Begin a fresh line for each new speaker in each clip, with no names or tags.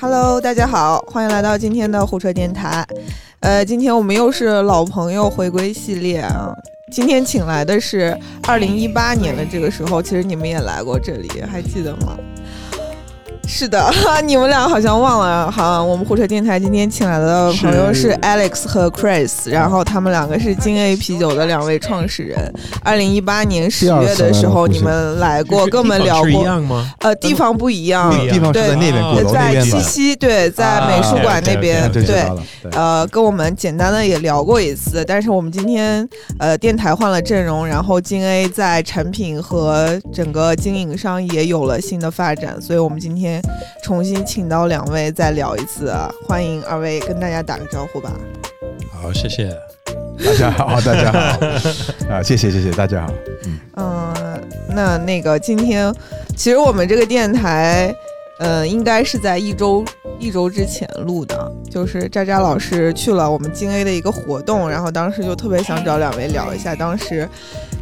Hello，大家好，欢迎来到今天的胡扯电台。呃，今天我们又是老朋友回归系列啊。今天请来的是二零一八年的这个时候，其实你们也来过这里，还记得吗？是的， 你们俩好像忘了。好，我们胡扯电台今天请来的朋友是
是
Alex 和 Chris，然后他们两个是金 A 啤酒的两位创始人。二零一八年十
第二次
月的时候，
来了
你们来过，
就是
跟我们
地
聊
方是一
过。
样吗？
呃，地方不一样，
对
地方是在那边鼓楼那
在
边
七
吧？
夕，对，在
啊
美术馆那边，
对，知道了。对
呃，跟我们简单的也聊过一次，但是我们今天呃电台换了阵容，然后金 A 在产品和整个经营上也有了新的发展，所以我们今天重新请到两位再聊一次啊，欢迎二位跟大家打个招呼吧。
好，哦谢谢。
大家好，大家好 啊！谢谢谢谢大家好，
嗯、那那个今天其实我们这个电台，呃，应该是在一周一周之前录的，就是渣渣老师去了我们京 A 的一个活动，然后当时就特别想找两位聊一下，当时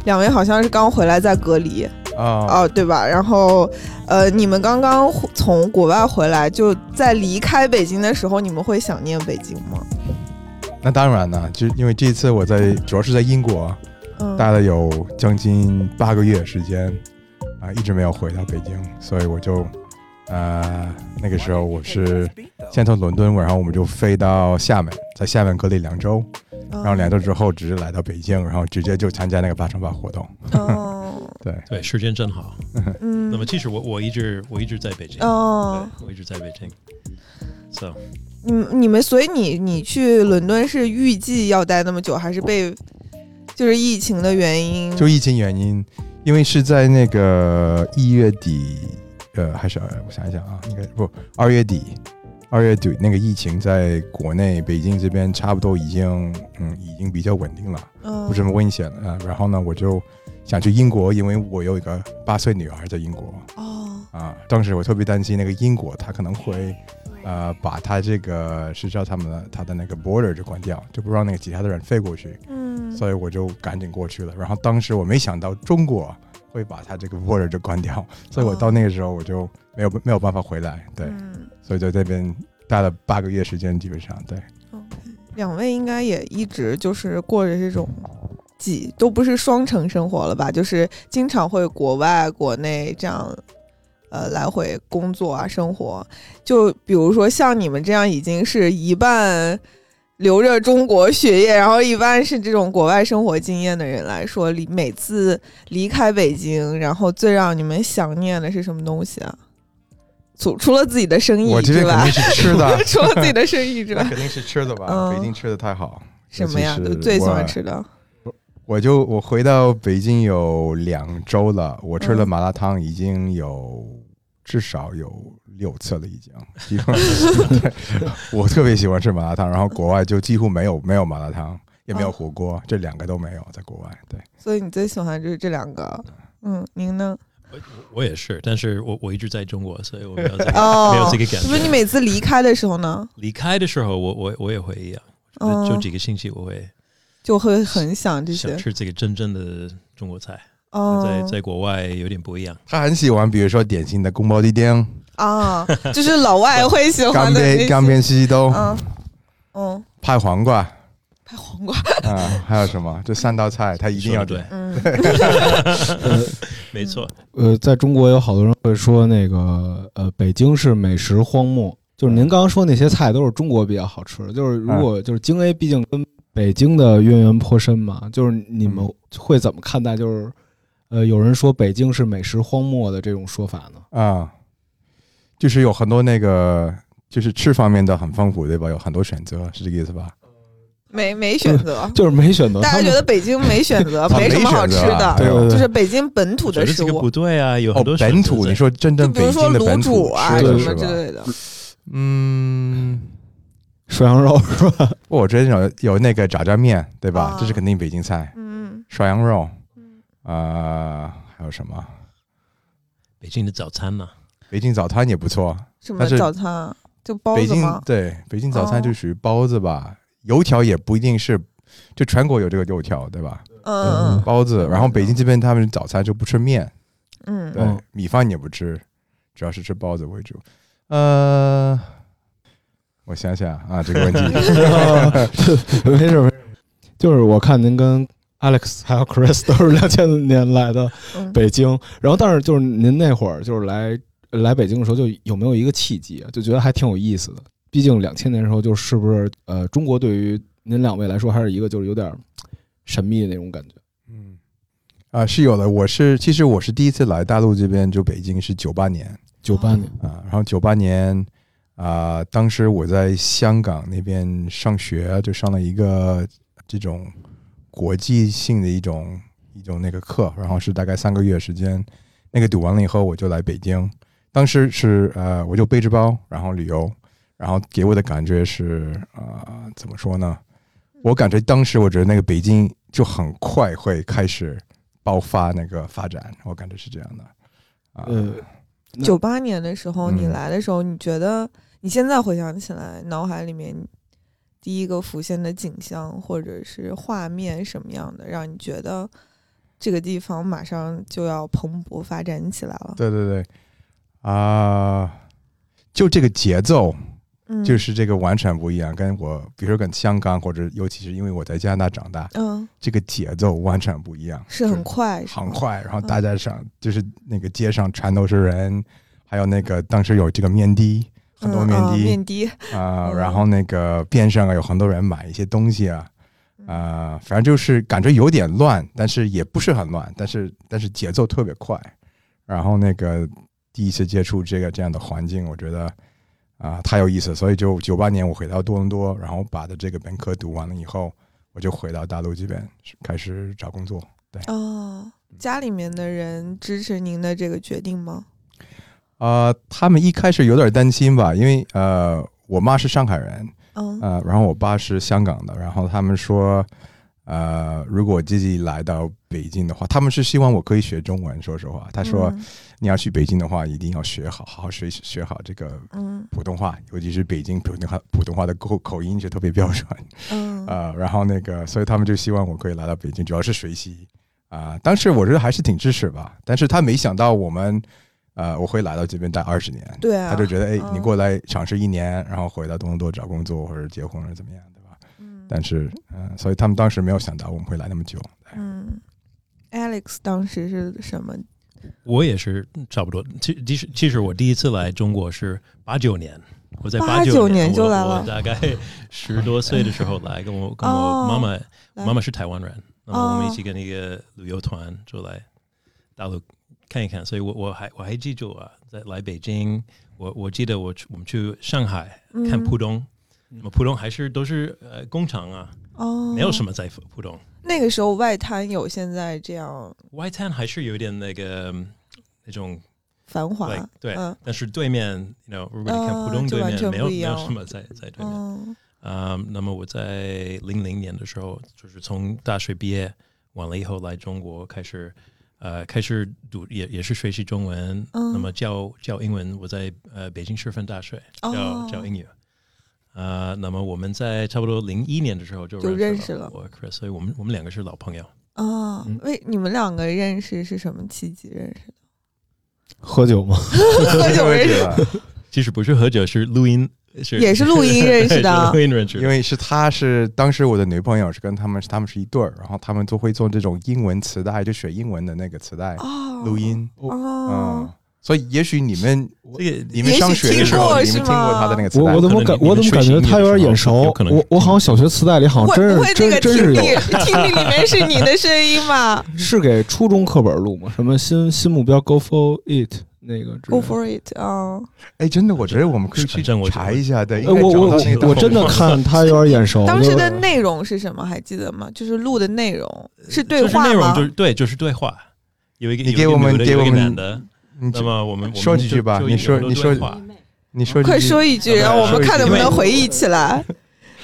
两位好像是刚回来在隔离
啊
哦，对吧？然后呃，你们刚刚回从国外回来，就在离开北京的时候，你们会想念北京吗？
那当然呢，就因为这次我在主要是在英国
嗯，
待了有将近八个月时间啊，一直没有回到北京，所以我就呃那个时候我是先从伦敦，然后我们就飞到厦门，在厦门隔离两周，然后两周之后只是来到北京，然后直接就参加那个八乘八活动。
哦，
对，
对，时间真好。
嗯，
那么其实我我一直我一直在北京，
哦。
对我一直在北京。So
你你们，所以你你去伦敦是预计要待那么久，还是被就是疫情的原因？
就疫情原因，因为是在那个一月底，呃，还是呃我想一想啊，应该不二月底，二月底那个疫情在国内北京这边差不多已经嗯已经比较稳定了，
嗯
不是什么危险了、啊。然后呢，我就想去英国，因为我有一个八岁女儿在英国
哦，
啊，当时我特别担心那个英国，它可能会。呃，把它这个是叫他们的它的那个 border 就关掉，就不让那个其他的人飞过去。
嗯，
所以我就赶紧过去了。然后当时我没想到中国会把它这个 border 就关
哦
掉，所以我到那个时候我就没有没有办法回来，对，
嗯
所以在这边待了八个月时间，基本上对。
两位应该也一直就是过着这种几都不是双城生活了吧？就是经常会国外、国内这样。呃，来回工作啊，生活，就比如说像你们这样，已经是一半留着中国血液，然后一半是这种国外生活经验的人来说，离每次离开北京，然后最让你们想念的是什么东西啊？除除了自己的生意
我这
之
边肯
外
定，是吃的，
除了自己的生意之
那
外，
肯定是吃的吧？
嗯
北京吃的太好。
什么呀
尤其是？
最喜欢
我
吃的？
我就我回到北京有两周了，我吃了
嗯
麻辣烫已经有至少有六次了，已经。几乎对 我特别喜欢吃麻辣烫，然后国外就几乎没有没有麻辣烫，也没有
哦
火锅，这两个都没有，在国外。对，
所以你最喜欢就是这两个。嗯，您 呢？
我我也是，但是我我一直在中国，所以我没有这 个、没有
哦
这，个感
是不是你
觉。
每次离开的时候 呢，
离开的时候，我我我也会一样，
嗯
就几个星期我会
就会很想这
想
些？
吃这个真正的中国菜，
哦，
在在国外有点不一样。
他很喜欢，比如说典型的宫保鸡丁、
啊，就是 老外会喜欢
干
的那
煸
些
干煸西西兜、
嗯嗯，
拍 黄瓜
拍黄 瓜。
啊，还有什么？这三道菜他一定要
说得
嗯，
对，没错，
呃，在中国有好多人会说那个呃，北京是美食荒漠，就是您刚刚说那些菜都是中国比较好吃的，就是如果就是京 A 毕竟跟北京的渊源颇深嘛，就是你们会怎么看待就是呃有人说北京是美食荒漠的这种说法呢？
啊，就是有很多那个，就是吃方面的很丰富，对吧？有很多选择，是这个意思吧？
没没选 择。
就是没选择，
大
他
家
们
觉得北京没选择，
他们
什么好吃
没选择啊
的，
对对对
就是北京本土
我觉
的
得
食
这个
物
不，对啊，有很多
哦，
选择
本土，
在
你说真
就
正
比
北
如说
京的
卤
本
煮
土
啊
吃
什
的
么
是
之
吧？
类的。
嗯，
涮羊肉是吧？
不我之前有有那个炸酱面，对吧
啊？
这是肯定北京菜，
嗯
涮羊肉，
嗯
啊，还有什么？
北京的早餐呢、
北京早餐也不错，
什么
但是
早餐啊？就包
北
子
京
吗？
对北京早
哦
餐就属于包子吧，油条也不一定是，就全国有这个油条，对吧？
嗯嗯
包子，然后北京这边他们早餐就不吃面，
嗯嗯
对
嗯，
米饭也不吃，主要是吃包子为主。呃，我想想啊，这个问题
没事没事，就是我看您跟 Alex 还有 Chris 都是两千年来的
嗯
北京，然后但是就是您那会儿就是来来北京的时候，就有没有一个契机啊？就觉得还挺有意思的。毕竟两千年的时候，就是不是呃，中国对于您两位来说还是一个就是有点神秘的那种感觉。
嗯，啊，是有的。我是其实我是第一次来大陆这边，就北京是九八年
九八 年，
啊，然后九八年啊，当时我在香港那边上学，啊就上了一个这种国际性的一种一种那个课，然后是大概三个月时间。那个读完了以后，我就来北京。当时是呃，我就背着包，然后旅游，然后给我的感觉是啊、呃怎么说呢？我感觉当时我觉得那个北京就很快会开始爆发那个发展，我感觉是这样的。啊、
呃，那
九八年的时候你
嗯
来的时候，你觉得你现在回想起来，脑海里面第一个浮现的景象或者是画面什么样的，让你觉得这个地方马上就要蓬勃发展起来了？
对对对，啊、就这个节奏，
嗯，
就是这个完全不一样，跟我比如说跟香港或者尤其是因为我在加拿大长大，
嗯，
这个节奏完全不一样，
是很
就
快，是嗯
很
吗，
快，然后大家上、就是那个街上全都是人，还有那个当时有这个面的，很多
嗯
面
啊
的，
面的，
啊、
嗯
然后那个边上啊有很多人买一些东西啊，啊、反正就是感觉有点乱，但是也不是很乱，但是但是节奏特别快。然后那个第一次接触这个这样的环境，我觉得啊、太有意思，所以就九八年我回到多伦多，然后把的这个本科读完了以后，我就回到大陆这边开始找工作。嗯
哦，家里面的人支持您的这个决定吗？
啊，他们一开始有点担心吧，因为呃，我妈是上海人，
嗯，
呃，然后我爸是香港的，然后他们说，呃，如果我自己来到北京的话，他们是希望我可以学中文。说实话，他说、
嗯，
你要去北京的话，一定要学好，好好学学好这个
嗯
普通话，尤其是北京普通话普通话的口口音是特别标准
嗯
啊、呃然后那个，所以他们就希望我可以来到北京，主要是学习啊、当时我觉得还是挺支持吧，但是他没想到我们，呃，我会来到这边待二十年。
对啊，
他就觉得，哎，你
嗯
过来尝试一年，然后回到多伦多找工作或者结婚或者怎么样，对吧？
嗯
但是，嗯、所以他们当时没有想到我们会来那么 久。
嗯，Alex 当时是什么？
我也是差不多。其其实其实我第一次来中国是八九年，我在
89
九
年就
我
来了
我大概十多岁的时候来，跟我跟
哦
我妈妈，
来
我妈妈是台湾人，然后我们
哦
一起跟一个旅游团就来大陆看一看，所以我我还我还记住啊，在来北京，我我记得我去我们去上海看
嗯
浦东，那么浦东还是都是呃工厂啊，
哦，
没有什么在浦东。
那个时候外滩有现在这样
外滩还是有点那个嗯那种
繁华，
对对
嗯
但是对面，you know，如果你看
啊
浦东
就
对
完
面
全
没有
不一
没有
样
什么在在对面。
嗯
嗯，那么我在零零年的时候，就是从大学毕业完了以后来中国开始，呃，开始读也也是学习中文，
嗯
那么教教英文。我在呃北京师范大学教、
哦
教英语。呃，那么我们在差不多零一年的时候就
就
认
认识了
了我 Chris，所以我们我们两个是老朋友。
哦
嗯，
为你们两个认识是什么契机 认识
喝酒吗？
的？喝酒 认识，
识，
其实不是喝酒，是录音，是
也是录音认识
对
的
是录音认识的
因。为是他是当时我的女朋友是跟他们他们是一对儿，然后他们都会做这种英文磁带，就学英文的那个磁带
哦，
录音，
哦
嗯，，所以也许你们
这个
你们上学的时候，
也许
你们
听过
听过他的那个磁
我
带
我怎
吗，
么感我怎么感觉他有点眼熟？我我好像小学磁带里好
会
像真
不
是
会那
真
个
真
听
是
力
有，
听力里面是你的声音 吧
是给初中课本录吗？什么新新目标 Go for it 那个之类
？Go
的
for it 哦，
哎，真的，我觉得我们可以去
反正我
查一下，对，
哎
应该
我
找
我
到那个
我我真的看他有点眼熟，
当时的
就
内容是什么？还记得吗？就是录的内容是对
呃就是
话
内容
吗
就？是对，就是对话。有一个
你
有一
给
个
我们
女的
给
有一
我
个
们
男的，
你
那么我们我们
说几
就
句吧
就
你
有
说
很多
你说
对话
你说
快
几句
说一句，
对
让我们
呃说一句
看能不
因为
能回忆起来。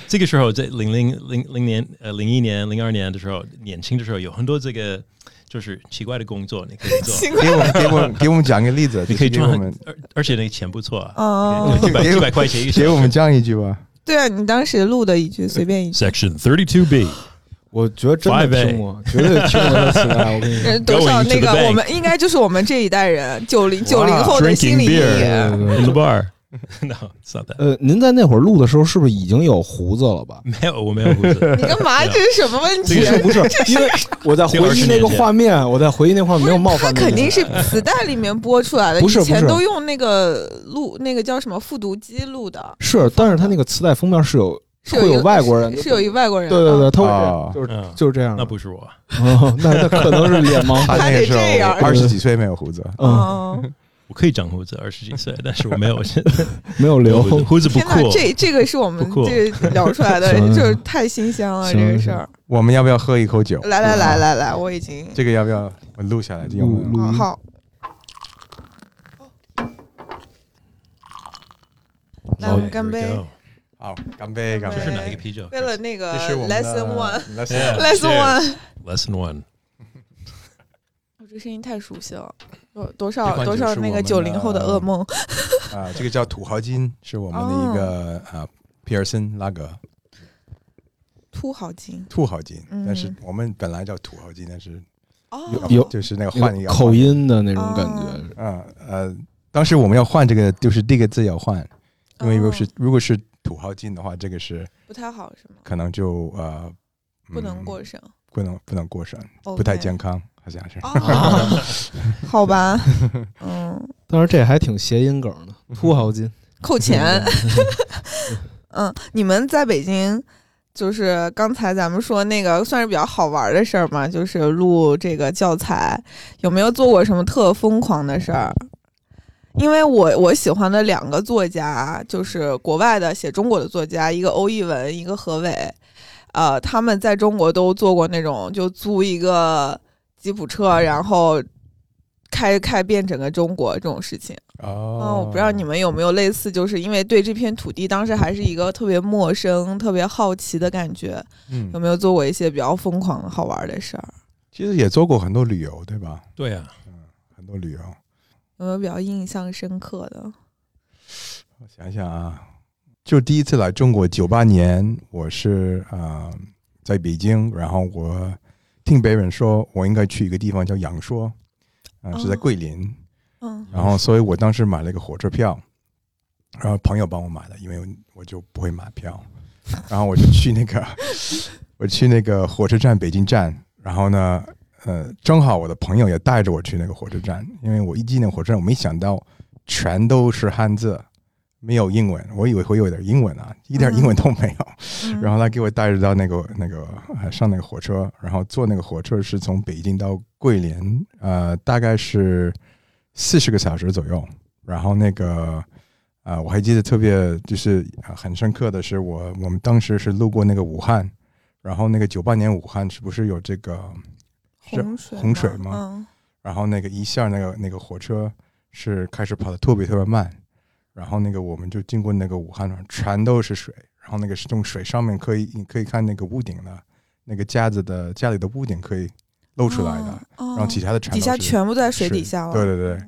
这个时候在零零零零年呃零一年零二年的时候，年轻的时候有很多这个就是奇怪的工作，你可以 做，
奇
给
怪，
我们给我们给我们讲个例子，
你可以
就是给我们
赚，而而且那个钱不错啊，
哦，
一百
给我
一百块钱一个小时
给我们讲一句吧。
对啊，你当时录的一句，随便一句，
Section Thirty Two B，
我觉得真的
5A
听过，绝对听过他磁 带。我跟你说，
呃多少
Going to
那
the
个
bank
我们应该就是我们这一代人九零九零后的
Drinking
心理
beer
阴影。
对对对
in the bar， no, it's not that.
呃，您在那会儿录的时候，是不是已经有胡子了吧？
没有，我没有胡子。
你干嘛？
对啊
这是什么问
不
题？
是不是，因为我在回忆那个画面，我在回忆那块儿没有冒
它
犯。
肯定是磁带里面播出来的，
不是
以前
不是
都用那个录那个叫什么复读机录的，
是，但是他那个磁带封面是有
是有
会
一
有
个
外国人的
是有一外国人，
对对对，，他
啊
会就是
嗯，
就是这样的。
那不是我。
哦， 那那可能是脸盲。
他 那个时候
还得这样
二十几岁没有胡子，
嗯，
嗯，
我可以长胡子，二十几岁，但是我没有，我现
没有
在
留。
胡子胡子不
天哪，
酷。
这这个是我们
不酷
这聊出来的，
行
就是太新鲜了
行
这个事儿。
我们要不要喝一口酒？
来来来来来，我已经
这个要不要我录下来？这个我们
录
好
音
好。来，
好
我们干杯！
好，啊干杯，干
这
这
杯！
是哪一个啤酒？
为了那个
这是我们
lesson
的
one，lesson
lesson
Yeah
one，
one，lesson
我这声音太熟悉了，多多少
款
多
酒
少
是
那
我
个
们
九零后的
的
噩梦。
啊，这个叫土豪金，是我们的一个
哦
啊皮尔森拉格
秃好金
土豪金，
嗯
但是我们本来叫土豪金，但是
哦
有
就是那个换一个
口，音的那种感
哦
觉，
啊呃，当时我们要换这个，就是这个字要换，因为如
哦
果是如果是土豪金的话，这个是
不太好是吗？
可能就呃
不能
嗯
过审，
不能不能过审，不太健
康。
康，好像是。
哦， 好 吧，嗯，
但是这还挺谐音梗
嗯
的，秃豪金。
扣钱。 嗯，你们在北京，就是刚才咱们说那个算是比较好玩的事儿嘛，就是录这个教材，有没有做过什么特疯狂的事儿？因为我我喜欢的两个作家，就是国外的写中国的作家，一个欧译文，一个何伟，呃，他们在中国都做过那种，就租一个吉普车，然后开开遍整个中国这种事情。嗯，
哦
我不知道你们有没有类似，就是因为对这片土地当时还是一个特别陌生、特别好奇的感觉，
嗯
有没有做过一些比较疯狂的好玩的事儿？
其实也做过很多旅游，对吧？
对啊，
很多旅游，
有没有比较印象深刻的？
我想想啊，就第一次来中国，九八年，我是啊、呃在北京，然后我听别人说我应该去一个地方叫阳朔，啊、是在
哦
桂林，
嗯
然后所以我当时买了一个火车票，然后朋友帮我买的，因为我就不会买票，然后我就去那个 我去那个火车站北京站，然后呢，呃，正好我的朋友也带着我去那个火车站，因为我一进那个火车站，我没想到全都是汉字。没有英文，我以为会有点英文啊，一点英文都没有。
嗯
然后他给我带着到那个那个呃上那个火车，然后坐那个火车是从北京到桂林，呃，大概是四十个小时左右。然后那个呃，我还记得特别就是呃很深刻的是我，我们当时是路过那个武汉，然后那个九八年武汉是不是有这个是
洪水
洪水
吗？嗯，
然后那个一下那个那个火车是开始跑得特别特别慢，然后那个我们就经过那个武汉，全都是水，然后那个是从水上面可以你可以看那个屋顶的那个架子的家里的屋顶可以露出来的，
哦，
然后
哦
底下的全
底下
都是。
全部在水底
是
下了。
对对对，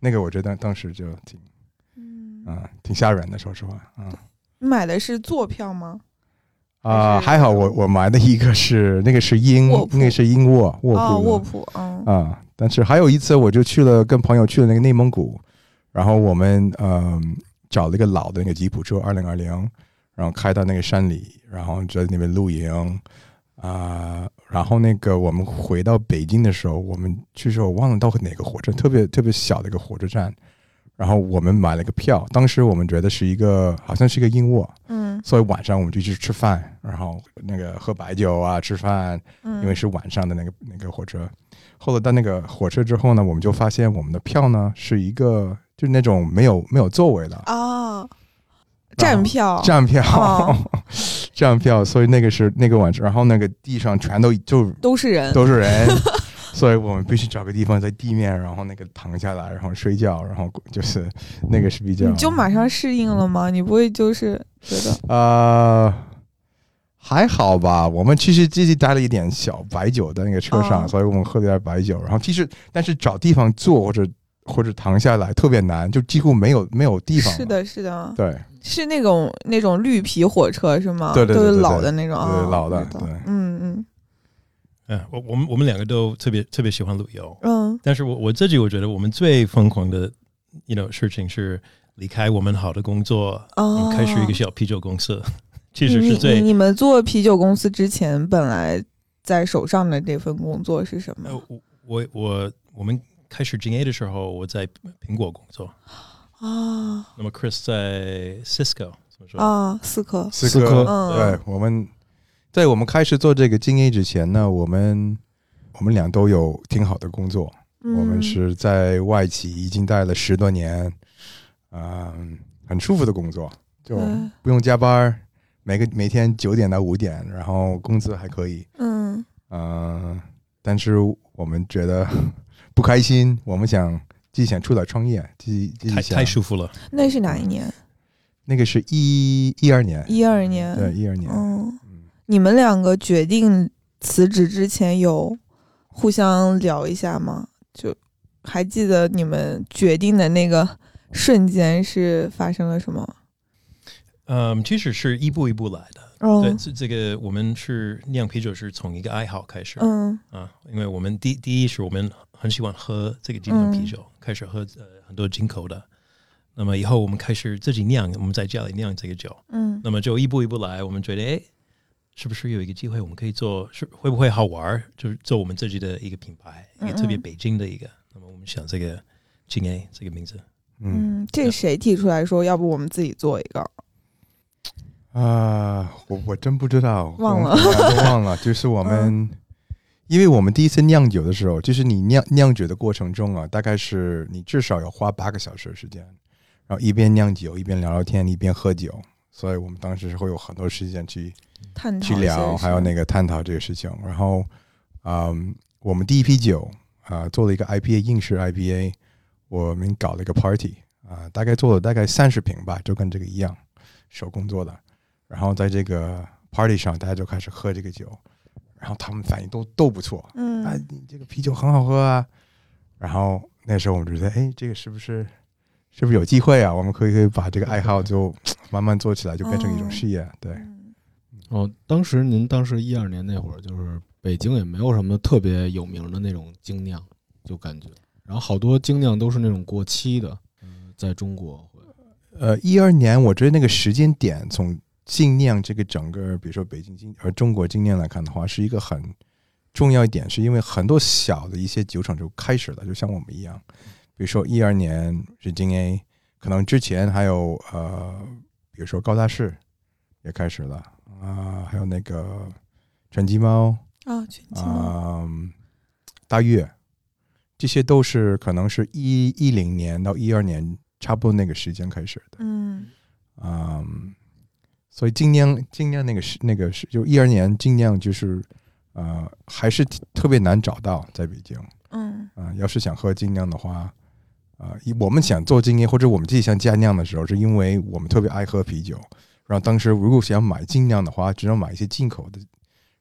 那个我觉得当时就挺
嗯，
啊、挺吓人的，说实话啊
你买的是坐票吗？
啊、
还是
还好我我买的一个是那个是英
卧铺
那个是英卧卧
哦，
铺的
卧铺，嗯，
啊、但是还有一次，我就去了跟朋友去了那个内蒙古，然后我们嗯、找了一个老的那个吉普车，二零二零，然后开到那个山里，然后在那边露营啊、然后那个我们回到北京的时候，我们去时候忘了到哪个火车，特别特别小的一个火车站，然后我们买了个票，当时我们觉得是一个好像是一个硬卧，
嗯
所以晚上我们就去吃饭，然后那个喝白酒啊，吃饭，
嗯，
因为是晚上的那个那个火车。后来到那个火车之后呢，我们就发现我们的票呢是一个就是那种没有没有座位的啊
啊，站票，
站票，
哦
站票，所以那个是那个晚上，然后那个地上全都就
都是人，
都 是人，所以我们必须找个地方在地面，然后那个躺下来，然后睡觉，然后就是那个是比较
你就马
嗯
上适应了吗？你不会就是觉得
呃，还好吧。我们其实自己带了一点小白酒在那个车上，
哦
所以我们喝了点白酒。然后其实，但是找地方坐或者或者躺下来特别难，就几乎没有没有地方。
是，的，是的，
对，
是那种那种绿皮火车是吗？
对对对
都
对
是
对
老的那种啊，
对老的
我知道
对
嗯嗯
嗯，我我们我们两个都特别特别喜欢旅游，
嗯
但是我我自己我觉得我们最疯狂的，you know 事情是离开我们好的工作，嗯
哦，
开始一个小啤酒公司， 其
你
实是
你你
最
你们做啤酒公司之前，本来在手上的这份工作是什么？
呃我我我我们开始 G A 的时候，我在苹果工作，
呃
啊
那么 Chris 在 Cisco 怎么说？
啊，四颗
四
四
颗
嗯
颗
哦对，我们在我们开始做这个精英之前呢，我们我们俩都有挺好的工作，我
嗯
们是在外企已经待了十多年，嗯，很舒服的工作，就
嗯
不用加班儿，每个每天九点到五点，然后工资还可以，
嗯
嗯，但是我们觉得 不开心，我们想自己想出来创业，自己自己
太
想
太，舒服了，
嗯，那是哪一年？
那个是一一二年，
一二年。
对，一二年，
嗯，
嗯
你们两个决定辞职之前有互相聊一下吗？就还记得你们决定的那个瞬间是发生了什么？
嗯，其实是一步一步来的。对，
嗯
这这个我们是酿啤酒是从一个爱好开始，
嗯
啊，因为我们第第一是我们很喜欢喝这个精酿
嗯
啤酒，开始喝呃很多进口的。那么以后我们开始自己酿，我们在家里酿这个酒。
嗯
那么就一步一步来，我们觉得哎，是不是有一个机会我们可以做，是会不会好玩儿？就是做我们自己的一个品牌，一
嗯
个特别
嗯
北京的一个。那么我们想这个“金 A” 这个名字，
嗯
嗯，这谁提出来说，要不我们自己做一个？
啊，我我真不知道，
忘了嗯
我们都忘了。就是我们，因为我们第一次酿酒的时候，就是你酿酿酒的过程中啊，大概是你至少要花八个小时的时间，然后一边酿酒，一边聊聊天，一边喝酒。所以我们当时是会有很多时间去
探讨
去聊，还有那
个
个探讨这个事情。然后，嗯，我们第一批酒啊、做了一个 IPA 硬式 IPA，我们搞了一个 party 啊、大概做了大概三十瓶吧，就跟这个一样，手工做的。然后在这个 party 上，大家就开始喝这个酒，然后他们反应都都不错，
嗯
啊，你这个啤酒很好喝啊。然后那时候我们就觉得，哎，这个是不是是不是有机会啊？我们可以可以把这个爱好就慢慢做起来，就变成一种
嗯
事业。对，
嗯
哦，当时您当时一二年那会儿，就是北京也没有什么特别有名的那种精酿，就感觉，然后好多精酿都是那种过期的，嗯、在中国会，
呃，一二年，我觉得那个时间点，从尽量这个整个，比如说北京经呃中国经验来看的话，是一个很重要一点，是因为很多小的一些酒厂就开始了，就像我们一样，比如说一二年是京 A，可能之前还有呃，比如说高大士也开始了啊、还有那个拳击猫，
啊，全金猫
啊、大悦，这些都是可能是一一零年到一二年差不多那个时间开始的。
嗯
嗯，所以尽量尽量那个是那个是，就一二年尽量就是呃还是挺特别难找到在北京
嗯
啊、要是想喝精酿的话，啊、一我们想做精酿或者我们自己想加酿的时候，是因为我们特别爱喝啤酒，然后当时如果想买精酿的话，只能买一些进口的，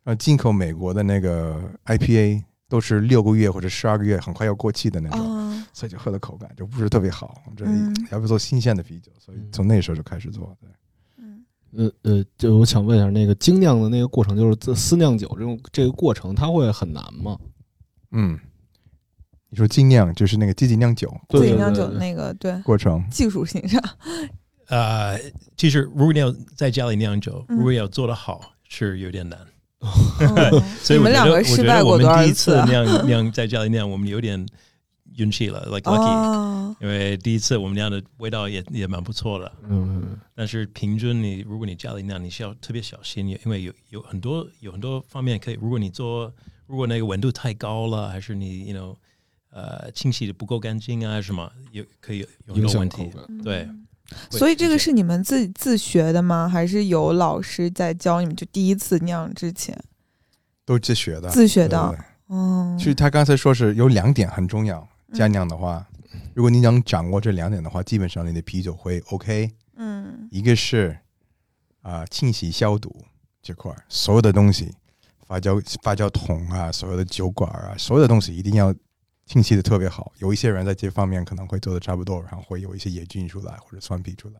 然后进口美国的那个 IPA 都是六个月或者十二个月，很快要过期的那种。
啊，
所以就喝的口感就不是特别好，这
嗯
要不做新鲜的啤酒，所以从那时候就开始做。对，
嗯
呃呃，就我想问一下，那个精酿的那个过程，就是自私酿酒这种这个过程，它会很难吗？
嗯，你说精酿就是那个积极酿酒
对
自己
对
酿
对
酒
对
那个对
过程，
技术性上，
呃，其实如果你要在家里酿酒，
嗯
如果要做得好是有点难。
嗯
所
你
以我
们
觉
两
得，
个
我觉
失
得
败
我
过
们
多
第
少
一次
啊？
酿酿在家里酿，我们有点运气了，like lucky，、
哦，
因为第一次我们酿的味道也也蛮不错的。
嗯，
但是平均你，如果你家里酿，你需要特别小心，因为有有很多有很多方面可以。如果你做，如果那个温度太高了，还是你 you know 呃清洗的不够干净啊什么，有可以有很
影
多
响
问
口
题。
感。
对
嗯。所以这个
会
是你们自己自学的吗？还是有老师在教你们？就第一次酿之前
都是学的，
自学
啊对
的
对。对
嗯，
其实他刚才说是有两点很重要，加酿的话，如果你能掌握这两点的话，基本上你的啤酒会 OK。
嗯
一个是啊、清洗消毒这块儿，所有的东西，发酵发酵桶啊，所有的酒馆啊，所有的东西一定要清洗的特别好。有一些人在这方面可能会做的差不多，然后会有一些野菌出来或者酸皮出来，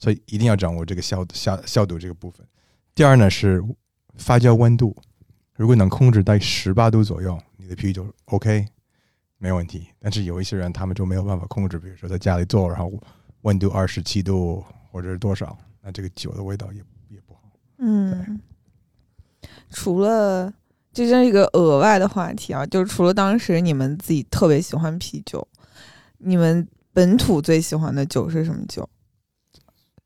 所以一定要掌握这个消消消毒这个部分。第二呢是发酵温度，如果能控制在十八度左右，你的啤酒 OK。没问题，但是有一些人他们就没有办法控制，比如说在家里做，然后温度二十七度或者是多少，那这个酒的味道也也不好。
嗯，除了这真是一个额外的话题啊，就是除了当时你们自己特别喜欢啤酒，你们本土最喜欢的酒是什么酒？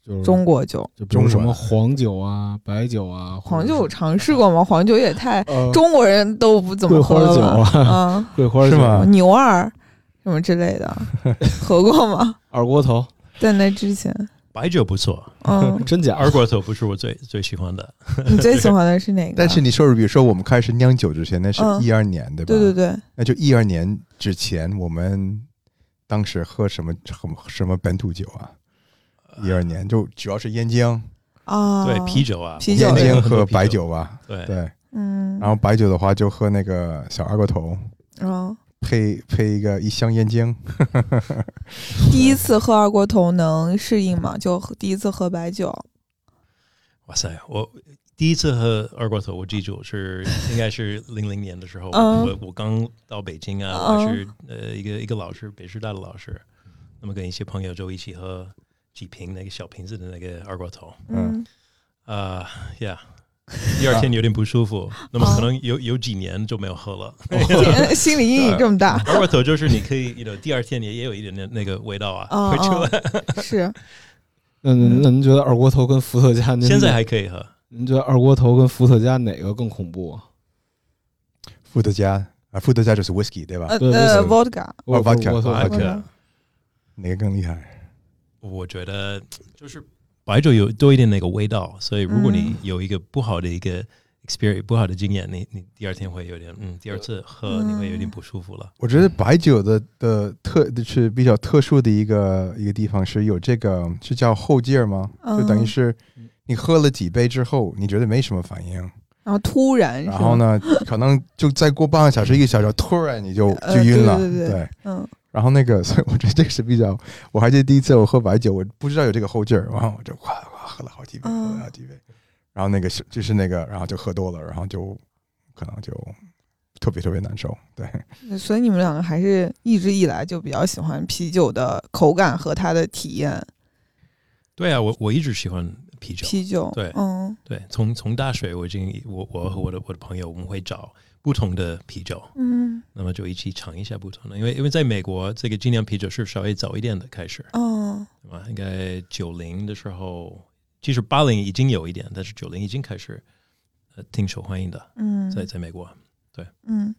就是
中国酒，
就比如什
中
么
国
黄酒啊、白酒啊、或
黄
者
酒
是
我尝试过吗？黄酒也太
呃
中国人都不怎么喝
桂花
了
酒
吧，
桂花
是
酒
吗
嗯，牛二什么之类的，喝过吗？
二锅头，，
在那之前，
白酒不错，
嗯
真假？
二锅头不是我最最喜欢的。
你最喜欢的是哪个？
但是你说，比如说我们开始酿酒之前，那是
嗯
一二年，对吧？
对对对，
那就一二年之前，我们当时喝什么什么什么本土酒啊？一
哦
二年就主要是燕京，
啊，
对啤酒啊，
啤酒
燕
类
京
的
和白，酒吧，
对，
对。
嗯，
然后白酒的话，就喝那个小二锅头，
嗯，
配配一个一箱燕京。
第一次喝二锅头能适应吗？就第一次喝白酒，
哇塞，我第一次喝二锅头，我记 住是应该是零零年的时候，
嗯
我我刚到北京啊，
嗯
我是呃一个一个老师，北师大的老师，那么跟一些朋友就一起喝几瓶那个小瓶子的那个二锅头，
嗯
啊 呀，第二天有点不舒
哦
服，那么可能有有几年就没有 喝了。
嗯
天，心理阴影这么 大
二锅头就是你可以，you know，第二天也也有一点点那个味道啊，
啊
会出
啊
来。
是，
那您那您觉得二锅头跟伏特加，您
现在还可以喝，
您觉得二锅头跟伏特加哪个更恐怖啊？
伏特加啊，伏特加就是 whisky 对吧？
呃
对
呃
对
，vodka，
我
哦，vodka，
我
啊
vodka
嗯
可
哪个更厉害？
我觉得就是白酒有多一点那个味道，所以如果你
嗯
有一个不好的一个 experience 不好的经验，你你第二天会有点嗯，第二次喝
嗯
你会有点不舒服了。
我觉得白酒的的特是比较特殊的一个一个地方，是有这个是叫后劲儿吗？
嗯
就等于是你喝了几杯之后，你觉得没什么反应，
然后突然，
然后？呢，可能就再过半个小时、一个小时，突然你就
呃
就晕了，
对对对嗯，
然后那个， 所以我觉得这个是比较，我还记得第一次我喝白酒，我不知道有这个后劲儿，然后我就哗哗喝了好几杯，
嗯
喝了好几杯，然后那个是就是那个，然后就喝多了，然后就可能就特别特别难受，对，
所以你们两个还是一直以来就比较喜欢啤酒的口感和它的体验。
对啊，我我一直喜欢啤酒。
啤酒，
对
嗯
对，从从大学我已经我我和我的我的朋友我们会找不同的啤酒，
嗯
那么就一起尝一下不同的，因为因为在美国这个精酿啤酒是稍微早一点的开始，
哦，
对吧？应该九零的时候，其实八零已经有一点，但是九零已经开始呃挺受欢迎的，
嗯，
在在美国。
嗯，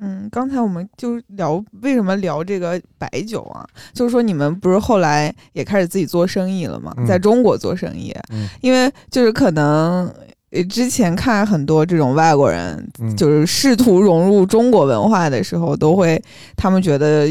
嗯，刚才我们就是聊为什么聊这个白酒啊，就是说你们不是后来也开始自己做生意了嘛，
嗯
在中国做生意，
嗯
因为就是可能。呃之前看很多这种外国人，
嗯，
就是试图融入中国文化的时候，都会他们觉得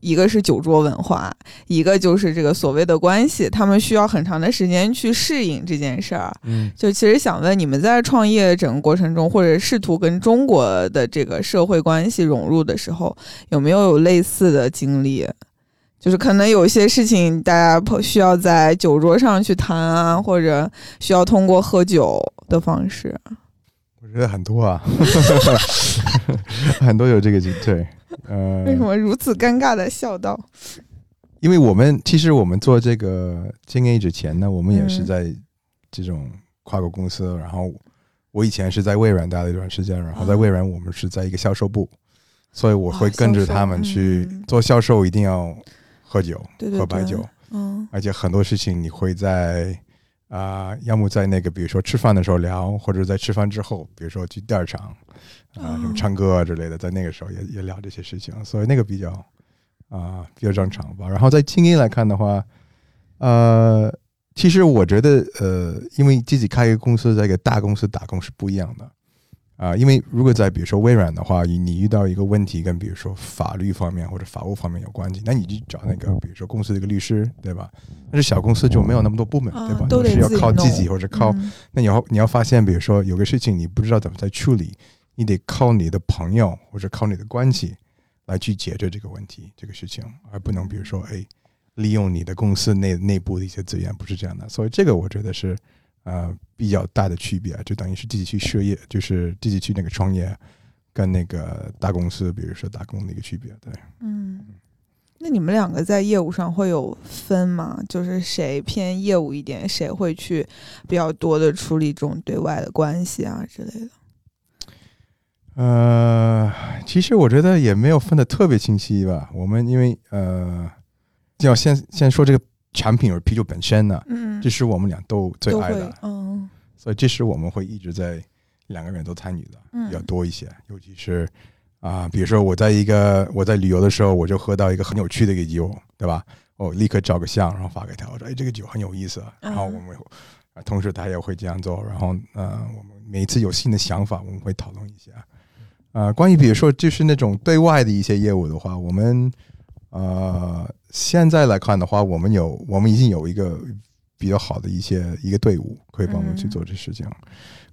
一个是酒桌文化，一个就是这个所谓的关系，他们需要很长的时间去适应这件事儿。
嗯
就其实想问你们在创业整个过程中，或者试图跟中国的这个社会关系融入的时候，有没有有类似的经历？就是可能有一些事情大家碰需要在酒桌上去谈啊，或者需要通过喝酒的方式。
我觉得很多啊， 很多有这个对，呃，
为什么如此尴尬的笑道？
因为我们其实我们做这个经验之前呢，我们也
嗯
是在这种跨国公司。然后我以前是在微软待了一段时间，然后
嗯
在微软我们是在一个销售部，所以我会跟着他们去
啊哦销售嗯
做销售，一定要喝酒、
对对
喝白
对
酒，
嗯
而且很多事情你会在啊、要么在那个比如说吃饭的时候聊，或者在吃饭之后，比如说去第二场啊、
哦
什么唱歌啊之类的，在那个时候也也聊这些事情，所以那个比较啊、比较正常吧。然后在精英来看的话，呃，其实我觉得呃，因为自己开一个公司，在一个大公司打工是不一样的。啊、因为如果在比如说微软的话，你你遇到一个问题跟比如说法律方面或者法务方面有关系，那你去找那个比如说公司的一个律师，对吧？但是小公司就没有那么多部门，
啊
对吧？
都
你
得
是要
自己
靠自
弄
己或者靠
嗯
那你要你要发现，比如说有个事情你不知道怎么再处理，你得靠你的朋友或者靠你的关系来去解决这个问题这个事情，而不能比如说哎利用你的公司内内部的一些资源，不是这样的。所以这个我觉得是呃比较大的区别，就等于是自己去事业，就是自己去那个创业。跟那个大公司，比如说打工的一个区别，对，
嗯，那你们两个在业务上会有分吗？就是谁偏业务一点，谁会去比较多的处理这种对外的关系啊之类的？
呃，其实我觉得也没有分的特别清晰吧。我们因为呃，要先先说这个产品而啤酒本身呢、
嗯
这是我们俩都最
都
爱
会
的，，
嗯
所以这是我们会一直在两个人都参与的比较
嗯
多一些，尤其是啊、比如说我在一个我在旅游的时候，我就喝到一个很有趣的一个酒，对吧？我立刻照个相，然后发给他，我说：“哎，这个酒很有意思。”然后我们会、啊同时他也会这样做，然后呃，我们每一次有新的想法，我们会讨论一下。呃，关于比如说就是那种对外的一些业务的话，我们呃现在来看的话，我们有我们已经有一个比较好的一些一个队伍可以帮我们去
嗯
做这事情。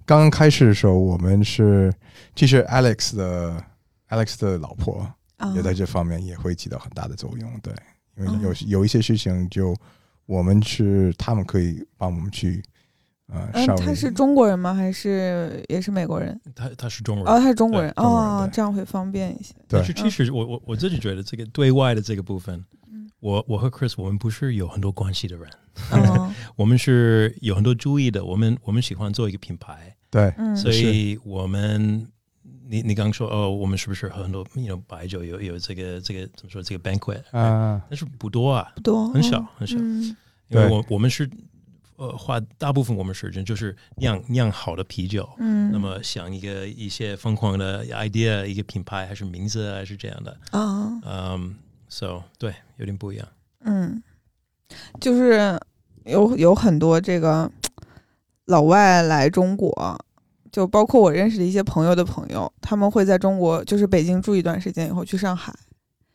刚刚开始的时候，我们是其实 Alex 的 Alex 的老婆
啊，
也在这方面也会起到很大的作用，对，因为
嗯
有有一些事情就我们是他们可以帮我们去呃
嗯
稍，微
他是中国人吗？还是也是美国人？
他他是中文，
哦，他是中国人
对中国人
哦，
对
这样会方便 一些。
对
但是其实我我我自己觉得这个对外的这个部分，
嗯
我我和 Chris 我们不是有很多关系的人，
嗯
我们是有很多注意的，我们我们喜欢做一个品牌，
对
嗯，
所以我们，你你刚说哦，我们是不是喝很多，you know，白酒有有这个这个怎么说这个 banquet，、
啊
但是不多啊，
不多，
很少
嗯
很少
嗯
因为
对
我我们是呃花大部分我们时间就是酿酿好的啤酒，
嗯，
那么想一个一些疯狂的 idea，一个品牌还是名字还是这样的，
啊，
嗯、s o 对，有点不一样，
嗯，就是有有很多这个老外来中国，就包括我认识的一些朋友的朋友，他们会在中国就是北京住一段时间以后去上海。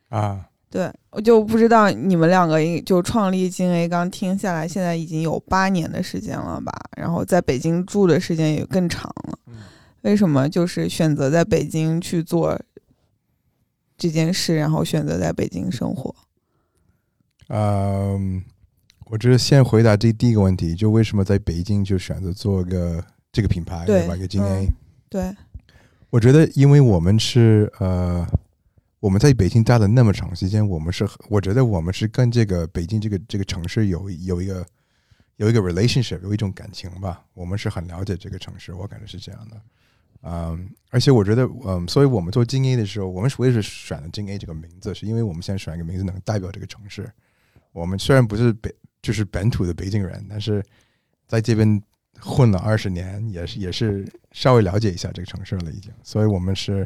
啊，
对，我就不知道你们两个一就创立金 A 刚听下来，现在已经有八年的时间了吧？然后在北京住的时间也更长了，
嗯
为什么就是选择在北京去做这件事，然后选择在北京生活？
嗯，我觉得先回答这第一个问题，就为什么在北京就选择做个这个品牌，
对
吧？一个金 A，、
嗯对，
我觉得，因为我们是呃，我们在北京待了那么长时间，我们是我觉得我们是跟这个北京这个这个城市有有一个有一个 relationship，有一种感情吧。我们是很了解这个城市，我感觉是这样的。嗯，而且我觉得，嗯，所以我们做精 A 的时候，我们为什么选了精 A 这个名字，是因为我们现在选一个名字能代表这个城市。我们虽然不是北，就是本土的北京人，但是在这边混了二十年，也是也是稍微了解一下这个城市了已经。所以我们是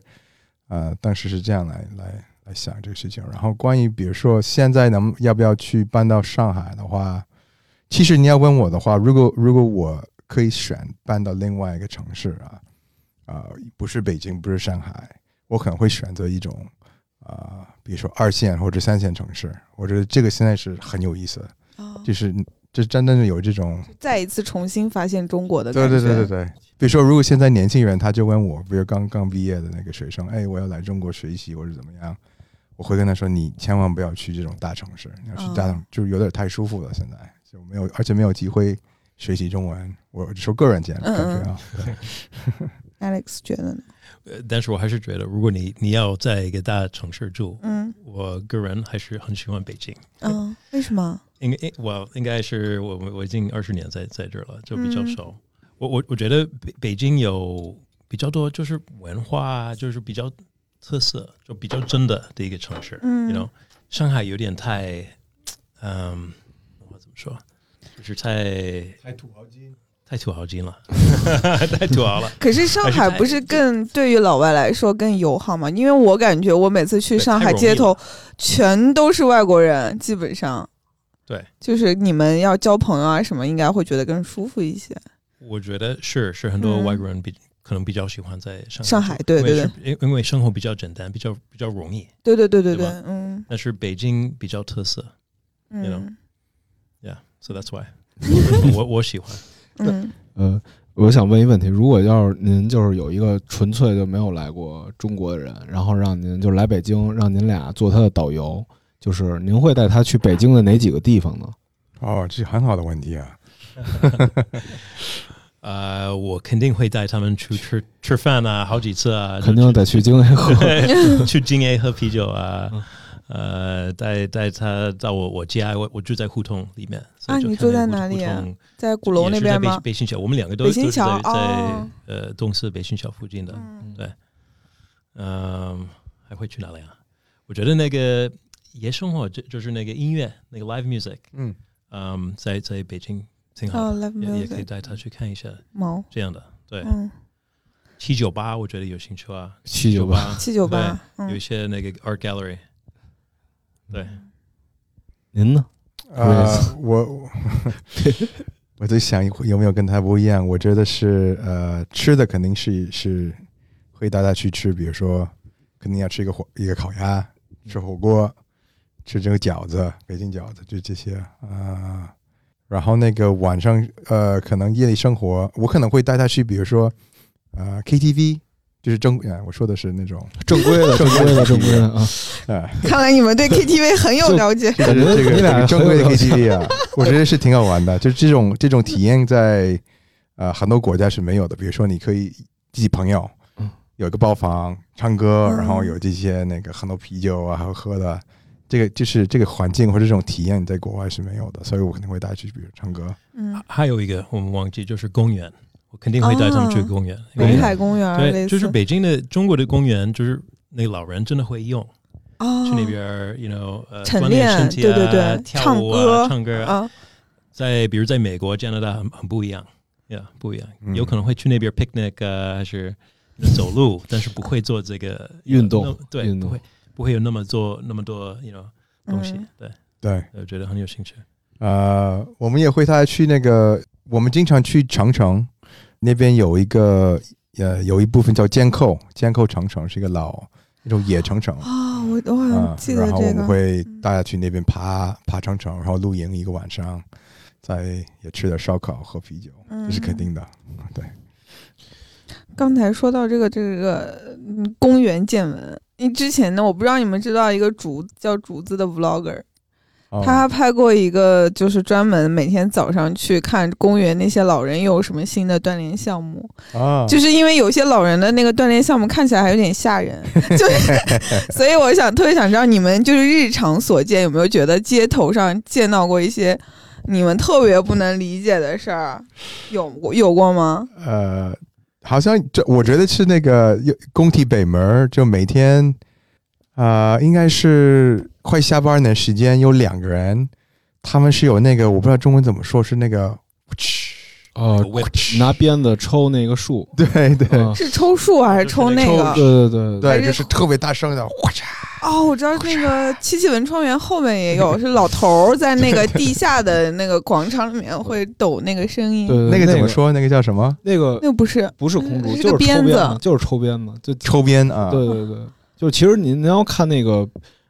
呃，当时是这样来来来想这个事情。然后关于比如说现在能要不要去搬到上海的话，其实你要问我的话，如果如果我可以选搬到另外一个城市啊，啊、不是北京，不是上海，我可能会选择一种。啊、比如说二线或者三线城市，我觉得这个现在是很有意思的，
啊
就是这真正的有这种
再一次重新发现中国的
对
感
对
觉。
对对对。比如说，如果现在年轻人他就问我，比如刚刚毕业的那个学生，哎，我要来中国学习，或者怎么样，我会跟他说，你千万不要去这种大城市，要去
嗯
大城、就是有点太舒服了，现在就没有，而且没有机会学习中文。我只说个人见感
嗯嗯
觉啊，
Alex 觉得呢？
呃，但是我还是觉得，如果你你要在一个大城市住，
嗯
我个人还是很喜欢北京。
嗯，为什么？
应该我应该是我我我已经二十年在在这儿了，就比较
嗯
熟。我我我觉得北北京有比较多就是文化，啊就是比较特色，就比较真的的一个城市。
嗯
you know，上海有点太，嗯，我怎么说，就是太
太土豪金。
太土豪金了， 太土豪了。
可是上海
还是太
不是更对于老外来说更友好吗？因为我感觉我每次去上海街头，全都是外国人，基本上
对，
就是你们要交朋友啊什么，应该会觉得更舒服一些。
我觉得是是很多
嗯
外国人比、可能比较喜欢在上海
上海，对对对
因为是因因为生活比较简单，比较比较容易。
对对对对对
对吧，
嗯
但是北京比较特色。You
嗯
know Yeah，so that's why 我。我我喜欢，
嗯
呃，我想问一问题：如果要是您就是有一个纯粹就没有来过中国的人，然后让您就来北京，让您俩做他的导游，就是您会带他去北京的哪几个地方呢？
哦，这很好的问题啊！
呃，我肯定会带他们去吃 吃饭啊，好几次啊，
肯定得去京 A 河。
去去京 A 喝啤酒啊，呃，带带他到我我家，我我住在胡同里面。所以
啊
就
你
看
住
见
在
胡
哪里啊
胡同
在鼓楼
也
那
是在
边
北
吗？
北新桥，我们两个都
北新桥
都是在在
哦
呃东四北新桥附近的。
嗯
嗯，还会去哪里啊？我觉得那个夜生活就就是那个音乐，那个 live music，
嗯，
嗯，在在北京挺好
哦
的，
，Love
也也可以
Music
带他去看一下
毛，
这样的。对，
嗯，
七九八我觉得有兴趣啊，
七九八，
八
七九八，
有一
嗯，
些那个 art gallery，对，
您呢？
呃，我 我在想有没有跟他不一样，我觉得是呃，吃的肯定是是会带他去吃，比如说肯定要吃一个火一个烤鸭，吃火锅，吃这个饺子，北京饺子就这些啊、呃然后那个晚上呃，可能夜里生活，我可能会带他去，比如说呃 KTV，就是正呃，我说的是那种
正规的，正规的，正规的啊！
呃，
看来你们对 KTV 很有
就
了 解。
感觉
这个这
你俩
个正
很
规的
有聊
KTV 啊， 我觉得是挺好玩的。就是这种这种体验在呃很多国家是没有的。比如说，你可以自己朋友
嗯
有一个包房唱歌，
嗯
然后有这些那个很多啤酒啊，还有喝的。这个就是这个环境或者这种体验，你在国外是没有的，所以我肯定会带去，比如唱歌。
嗯，
啊还有一个我们忘记就是公园，我肯定会带他们去
啊
公园，因
北
为
海公园类
对，
似，
就是北京的中国的公园，就是那老人真的会用，
哦
去那边儿，you know，呃，
晨
锻炼身
练
体
对对
啊
对
跳
唱
舞啊，
歌
唱歌啊，
啊，
在比如在美国、加拿大很很不一样，yeah，不一样，
嗯
有可能会去那边 picnic 啊，还是走路，但是不会做 这个
运动
那对，
运动
不会不会有那么做那么多，you know，东西
嗯，
对，
对，
我觉得很有兴趣。
呃，我们也会带他去那个，我们经常去长城那边有一个呃有一部分叫坚扣，坚扣长城是一个老那种野长城。
啊，我我好
啊
像，记得
然后我
这
们
个，
会
嗯
大家去那边爬爬长城，然后露营一个晚上，再也吃点烧烤，喝啤酒，
嗯
这是肯定的。对，
刚才说到这个这个嗯公园见闻，因之前呢，我不知道你们知道一个竹叫竹子的 vlogger，
哦
他拍过一个就是专门每天早上去看公园那些老人有什么新的锻炼项目，
啊，
就是因为有些老人的那个锻炼项目看起来还有点吓人， 就 所以我想特别想知道你们就是日常所见有没有觉得街头上见到过一些你们特别不能理解的事儿，有过有过吗？
呃，好像这我觉得是那个有工体北门儿，就每天啊、呃应该是快下班的时间，有两个人，他们是有那个我不知道中文怎么说，是那个。
哦，拿鞭子抽那个树，
对对、
啊
是抽树还是抽那
抽
个？
对对对对，
对，就是特别大声的，哗嚓！
哦，我知道那个七七文创园后面也 有，是老头儿在那个地下的那个广场里面会抖那个声音。
对
那
个
个怎么？说？那个叫什么？
那个
那个不是，
不是空竹，
是
就是抽
个鞭子
鞭子，就是抽鞭子，就
抽鞭啊！
对对对， 就其实您要看那个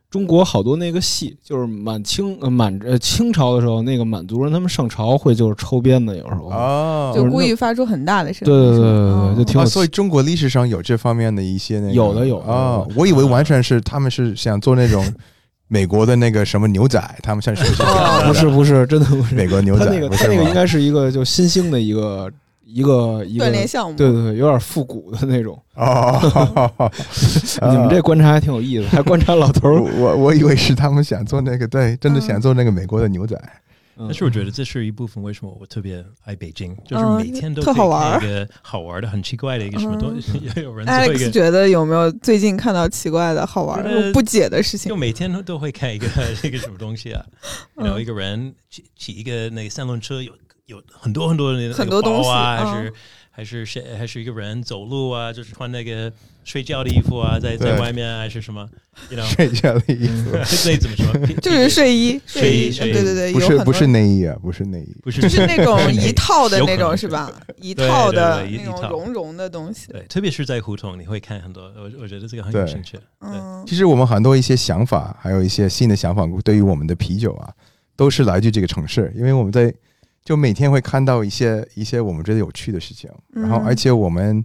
中国好多那个戏，就是满清呃满呃清朝的时候，那个满族人他们上朝会就是抽鞭子，有时候。
哦，
就故意发出很大的声音。
对对对
是吗
对对，就
哦
挺
啊，
有
所以中国历史上有这方面的一些那个
有的有的
啊，我以为完全是他们是想做那种美国的那个什么牛仔，他们像是
啊不是不是，真的不是。
美国牛
他
仔，
那个
不
他
是
那个
吗
应该是一个就新兴的一个一个一个，
锻炼
对
项目。
对对，有点复古的那种。
哦，
你们这观察还挺有意思，还观察老头
我
儿。
我我以为是他们想做那个，对，真的
嗯
想做那个美国的牛仔，
但是我觉得这是一部分为什么我特别爱北京，就是
嗯
每天都
特
可以
好玩儿
看
嗯
一个好玩的、很奇怪的一个什么东西，也 有人做一
Alex
个，
觉得有没有最近看到奇怪的、好玩儿
觉得
我不解的事情
就？每天都都会看一个 一个什么东西啊，
嗯
然后一个人骑骑一个那个三轮车，有有很多很多的那个
很多东西
包啊，还
嗯
是还是谁还是一个人走路啊，就是穿那个睡觉的衣服啊，在在
对
外面啊还是什么，you
嗯
know，
睡觉的衣服，
那怎 么说？
就是睡衣，
睡衣
衣，
睡衣
对对对，
不
有
是
很多
不是内衣啊，不是内衣，
不是
就是 那种一套的
有可
那
能
种
是
是吧？一
对
套
对
的
对一
那
一
种
套
绒绒的东西。
对，特别是在胡同，你会看很多，我我觉得这个很有
对
兴趣。对
嗯，
其实我们很多一些想法，还有一些新的想法，对于我们的啤酒啊，都是来自这个城市，因为我们在就每天会看 到一些一些我们觉得有趣的事情，然后
嗯
而且我们、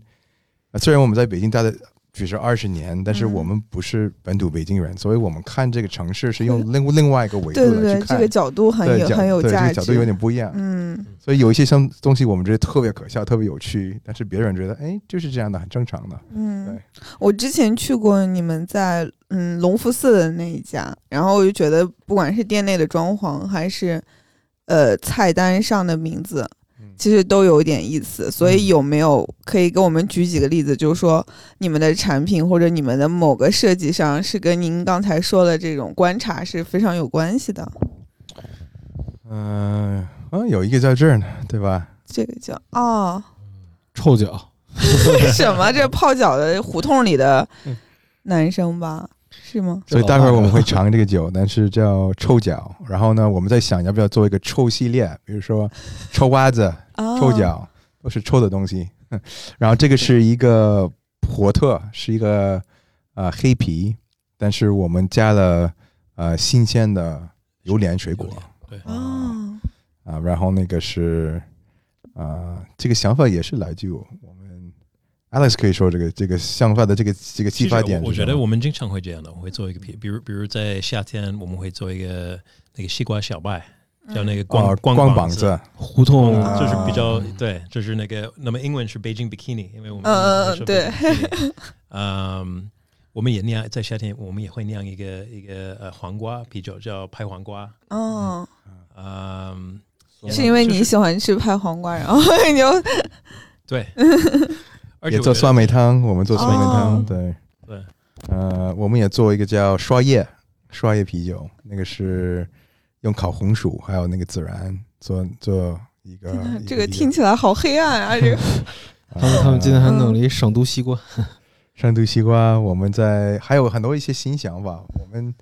呃虽然我们在北京待的比如说二十年，但是
嗯
我们不是本土北京人，所以我们看这个城市是用另另外一个维度
对对
来
对，
去
这
看，
个角度很
对
有
角
很有
对这
价
个
值，
角度有点不一样。
嗯
所以有一些像东西，我们觉得特别可笑、特别有趣，但是别人觉得哎就是这样的，很正常的。
嗯
对。
我之前去过你们在嗯隆福寺的那一家，然后我就觉得不管是店内的装潢还是呃菜单上的名字，
嗯
其实都有一点意思。所以有没有可以给我们举几个例子，就是说你们的产品或者你们的某个设计上是跟您刚才说的这种观察是非常有关系的？
嗯、啊，有一个在这儿呢，对吧？
这个叫哦
臭脚，
什么？这泡脚的胡同里的
嗯
男生吧？是吗？
所以待会儿我们会
啊
尝这个酒，但是叫臭脚。然后呢，我们在想要不要做一个臭系列，比如 说臭袜子、
啊，
臭脚，都是臭的东西。然后这个是一个活特，是一个呃黑皮，但是我们加了呃新鲜的榴莲水果
榴莲对，
哦，
啊。然后那个是呃这个想法也是来自于我们 Alex 可以说这个这个想法的这个这个
其
激
实
发点
我
是
我觉
什
得
么
我们经常会这样的，我会做一个，比比如比如在夏天，我们会做一个那个西瓜小麦，叫那个
嗯
光、
啊
光
光
膀嗯
膀子。
胡同
啊
就是比较对，就是那个，那么英文是 Beijing bikini，因为我
嗯
们
嗯
是
嗯对
Beijing bikini 嗯，我们也酿在夏天，我们也会酿一个一个呃黄瓜啤酒，叫拍黄瓜，
哦，
嗯，
是因为
就
你喜欢吃拍黄瓜，然后 你就
对，而且
也
我
做
觉得
酸梅汤，我们做酸梅汤，
哦
对
对，
呃，我们也做一个叫刷叶刷叶啤酒，那个是用烤红薯还有那个孜然做做一个
天哪， 这
一
个听起来好黑暗啊！ 这个
他
他们他们今天还
嗯
弄了一省都西瓜，
山毒西瓜，我们在还有很多一些新想法，我们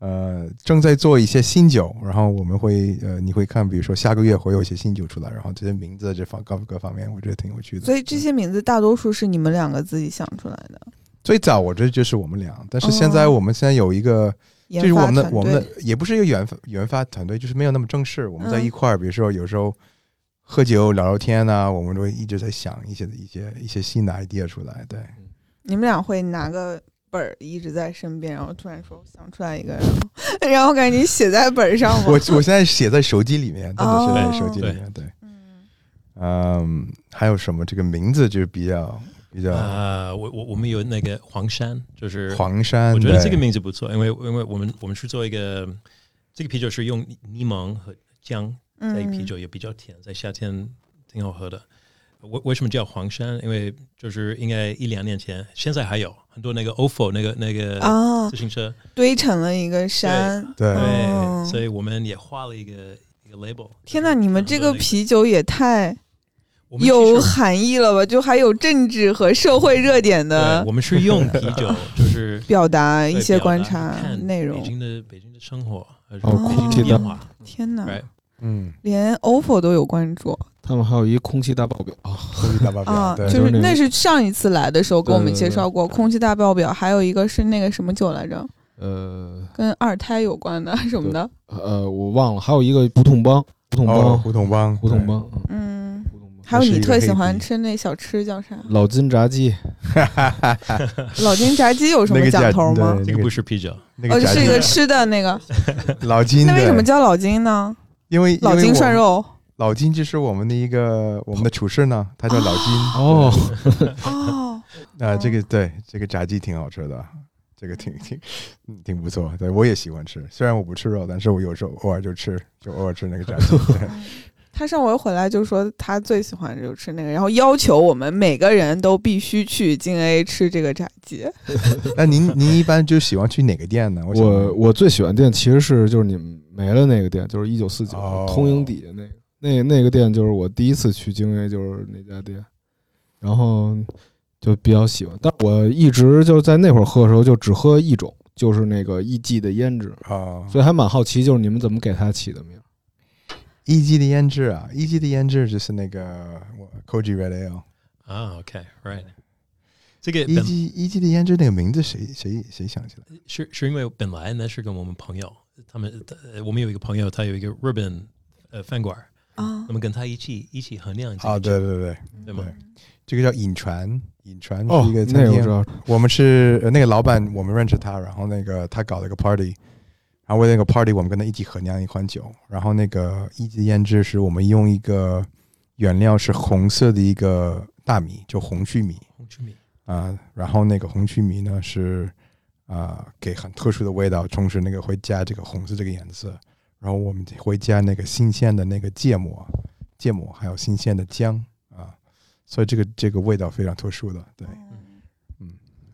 呃正在做一些新酒，然后我们会呃你会看，比如说下个月会有一些新酒出来，然后这些名字这方各各方面，我觉得挺有趣的。
所以这些名字大多数是你们两个自己想出来的，
最早我这就是我们俩，但是现在
哦
我们现在有一个。
研
就是我
发
们的
团
我们的
队。
也不是一个研发研发团队，就是没有那么正式。我们在
嗯
一块儿，比如说有时候喝酒聊聊天呐、我们都会一直在想一些一些一些新的 idea 出来。对，
你们俩会拿个本儿一直在身边，然后突然说我想出来一个，然后 然后赶紧写在本儿上
我
吗？
我现在写在手机里面，真的是
哦
在手机里面。对，
嗯
嗯，还有什么？这个名字就是比较比较
呃，我我我们有那个黄山，就是
啊黄山。
我觉得
对
这个名字不错，因为因为我们我们是做一个这个啤酒是用柠檬和姜在
嗯，
啤酒也比较甜，在夏天挺好喝的。为为什么叫黄山？因为就是应该一两年前，现在还有很多那个 OFO 那个那个
啊
自，行车，
堆成了一个山。
呃对
哦
对，所以我们也画了一个一个 label。
天哪，你们这个
啤
啤酒也太有含义了吧？就还有政治和社会热点的
对，我们是用啤酒， 就是
表达一
对
些
表达
观察
看
内
北
容。
京的北京的生活，还是
哦
北京
空气
的
的
变化。
天哪，
Right
嗯，
连 OPPO 都有关注
他们还有一空气大爆表，
空气大爆
啊！
表，
就
对，
是
就是那
那
个
是上一次来的时候给我们
对对对
介绍过空气大爆表，还有一个是那个什么酒来着，
呃
跟二胎有关的什么的。
呃，我忘了，还有一个胡同帮，胡同
哦，
帮，
胡同帮，
胡同
对，
帮，嗯
嗯，
胡同帮，
还有
是
你
一个
特
黑
喜欢
啤
吃那小吃叫 啥？
老金炸鸡，
老金炸鸡 有什
那
么
个
讲
叫
头吗？
对那
这个不
个
是啤酒，
那
哦，
个
这
炸
是一
鸡
个吃的那个，
老金的，
那为什么叫老金呢？
因为
老金涮？
因为我
肉
老金就是我们的一个我们的厨师呢，他叫老金。
哦，
哦，
啊，这个对，这个炸鸡挺好吃的，这个挺挺嗯挺不错。对我也喜欢吃，虽然我不吃肉，但是我有时候偶尔就吃，就偶尔吃那个炸 鸡。对
他上回回来就说他最喜欢就吃那个，然后要求我们每个人都必须去金 A 吃这个炸鸡。
那您您一般就喜欢去哪个店呢？我想
我我最喜欢的店其实是就是你们没了那个店，就是一九四九
哦
通营底下那个那那个店，就是我第一次去京 A 就是那家店，然后就比较喜欢，但我一直就是在那会儿喝的时候就只喝一种，就是那个艺妓的胭脂，
啊，
所以还蛮好奇就是你们怎么给它起的名儿。
一级 E 的腌制啊，一级的腌制就是那个我 Koji Red Ale。
啊，OK，right。这个
一
本
级一 E 级的腌制那个名字谁谁谁想起来？
是是因为本来呢是跟我们朋友，他们呃我们有一个朋友，他有一个日本呃饭馆儿，
啊啊
那么跟他一起一起衡量这
啊，
个
对
酒，
对对，
对吗？
这个叫引船，引船
哦
是一个，餐
那
厅
我知，道，
我们是呃那个老板，我们认识他，然后那个他搞了一个 party，然后为那个 party，我们跟他一起合酿一款酒，然后那个一级腌制是我们用一个呃原料是红色的一个大米，就红曲米
红曲米
啊、然后那个红曲米呢是啊、给很特殊的味道，同时那个会加这个红色这个颜色，然后我们会加那个新鲜的那个芥末，芥末还有新鲜的姜啊、所以这个这个味道非常特殊的，对，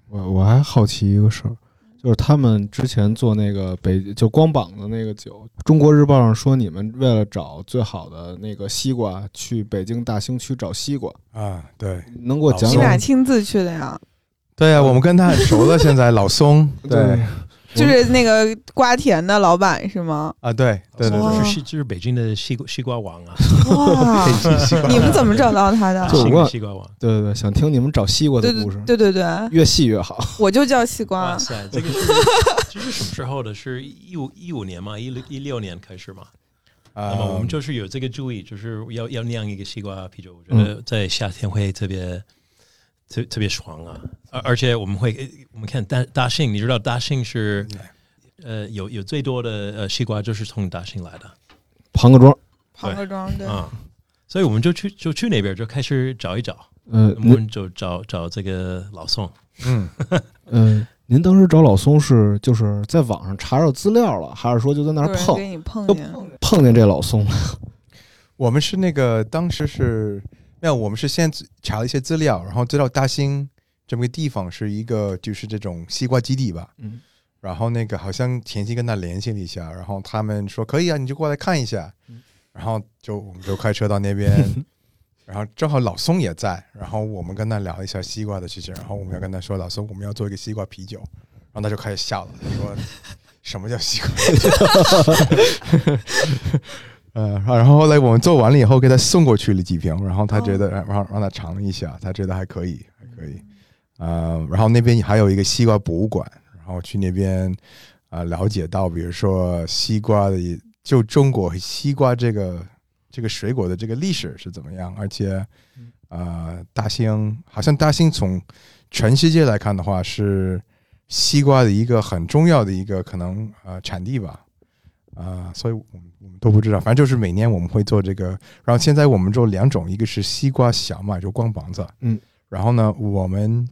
我我还好奇一个事儿，就是他们之前做那个北就光膀的那个酒，《中国日报》上说你们为了找最好的那个西瓜，去北京大兴区找西瓜，
啊，对。
能给我讲
你
讲
俩
吗？
亲自去的呀？
对啊，我们跟他很熟了，现在老松，对
就是那个瓜田的老板是吗？
啊，对对对
哇
对，
就是就是北京的西瓜西瓜王 啊，
哇， 你们怎么找到他的？
就
西
我
瓜西瓜王。
对对对，想听你们找西瓜的
对
故事，
对对对对，
越细越好。
我就叫西瓜
哇。塞，这个是这是什么时候的？是一五一五年嘛，一六一六年开始嘛。
啊
那么我们就是有这个注意，就是要要酿一个西瓜啤酒，我觉
嗯
得在夏天会特别特特别爽啊！而而且我们会呃我们看大大兴，你知道大兴是呃有有最多的呃西瓜就是从大兴来的
庞各庄，
庞各庄对，
啊，所以我们就去就去那边就开始找一找，
呃，
我
您
们就找找这个老宋，
嗯，
呃，您当时找老松是就是在网上查找资料了，还是说就在那
有
儿
人
碰
给你碰
就
见，
碰见这老松了？
我们是那个当时是没有，我们是先查了一些资料，然后知道大兴这么个地方是一个就是这种西瓜基地吧，
嗯，
然后那个好像前期跟他联系了一下，然后他们说可以啊，你就过来看一下
嗯，
然后就我们就开车到那边。然后正好老宋也在，然后我们跟他聊了一下西瓜的事情，然后我们要跟他说，老宋，我们要做一个西瓜啤酒，然后他就开始笑了，他说什么叫西瓜啤酒？ 呃，然后后来我们做完了以后，给他送过去了几瓶，然后他觉得，然后让他尝了一下，他觉得还可以，还可以。呃，然后那边还有一个西瓜博物馆，然后去那边啊、呃了解到，比如说西瓜的，就中国西瓜这个这个水果的这个历史是怎么样，而且呃，大兴好像大兴从全世界来看的话是西瓜的一个很重要的一个可能呃产地吧。啊、所以我们我们都不知道，反正就是每年我们会做这个。然后现在我们做两种，一个是西瓜小麦，就光膀子，
嗯，
然后呢，我们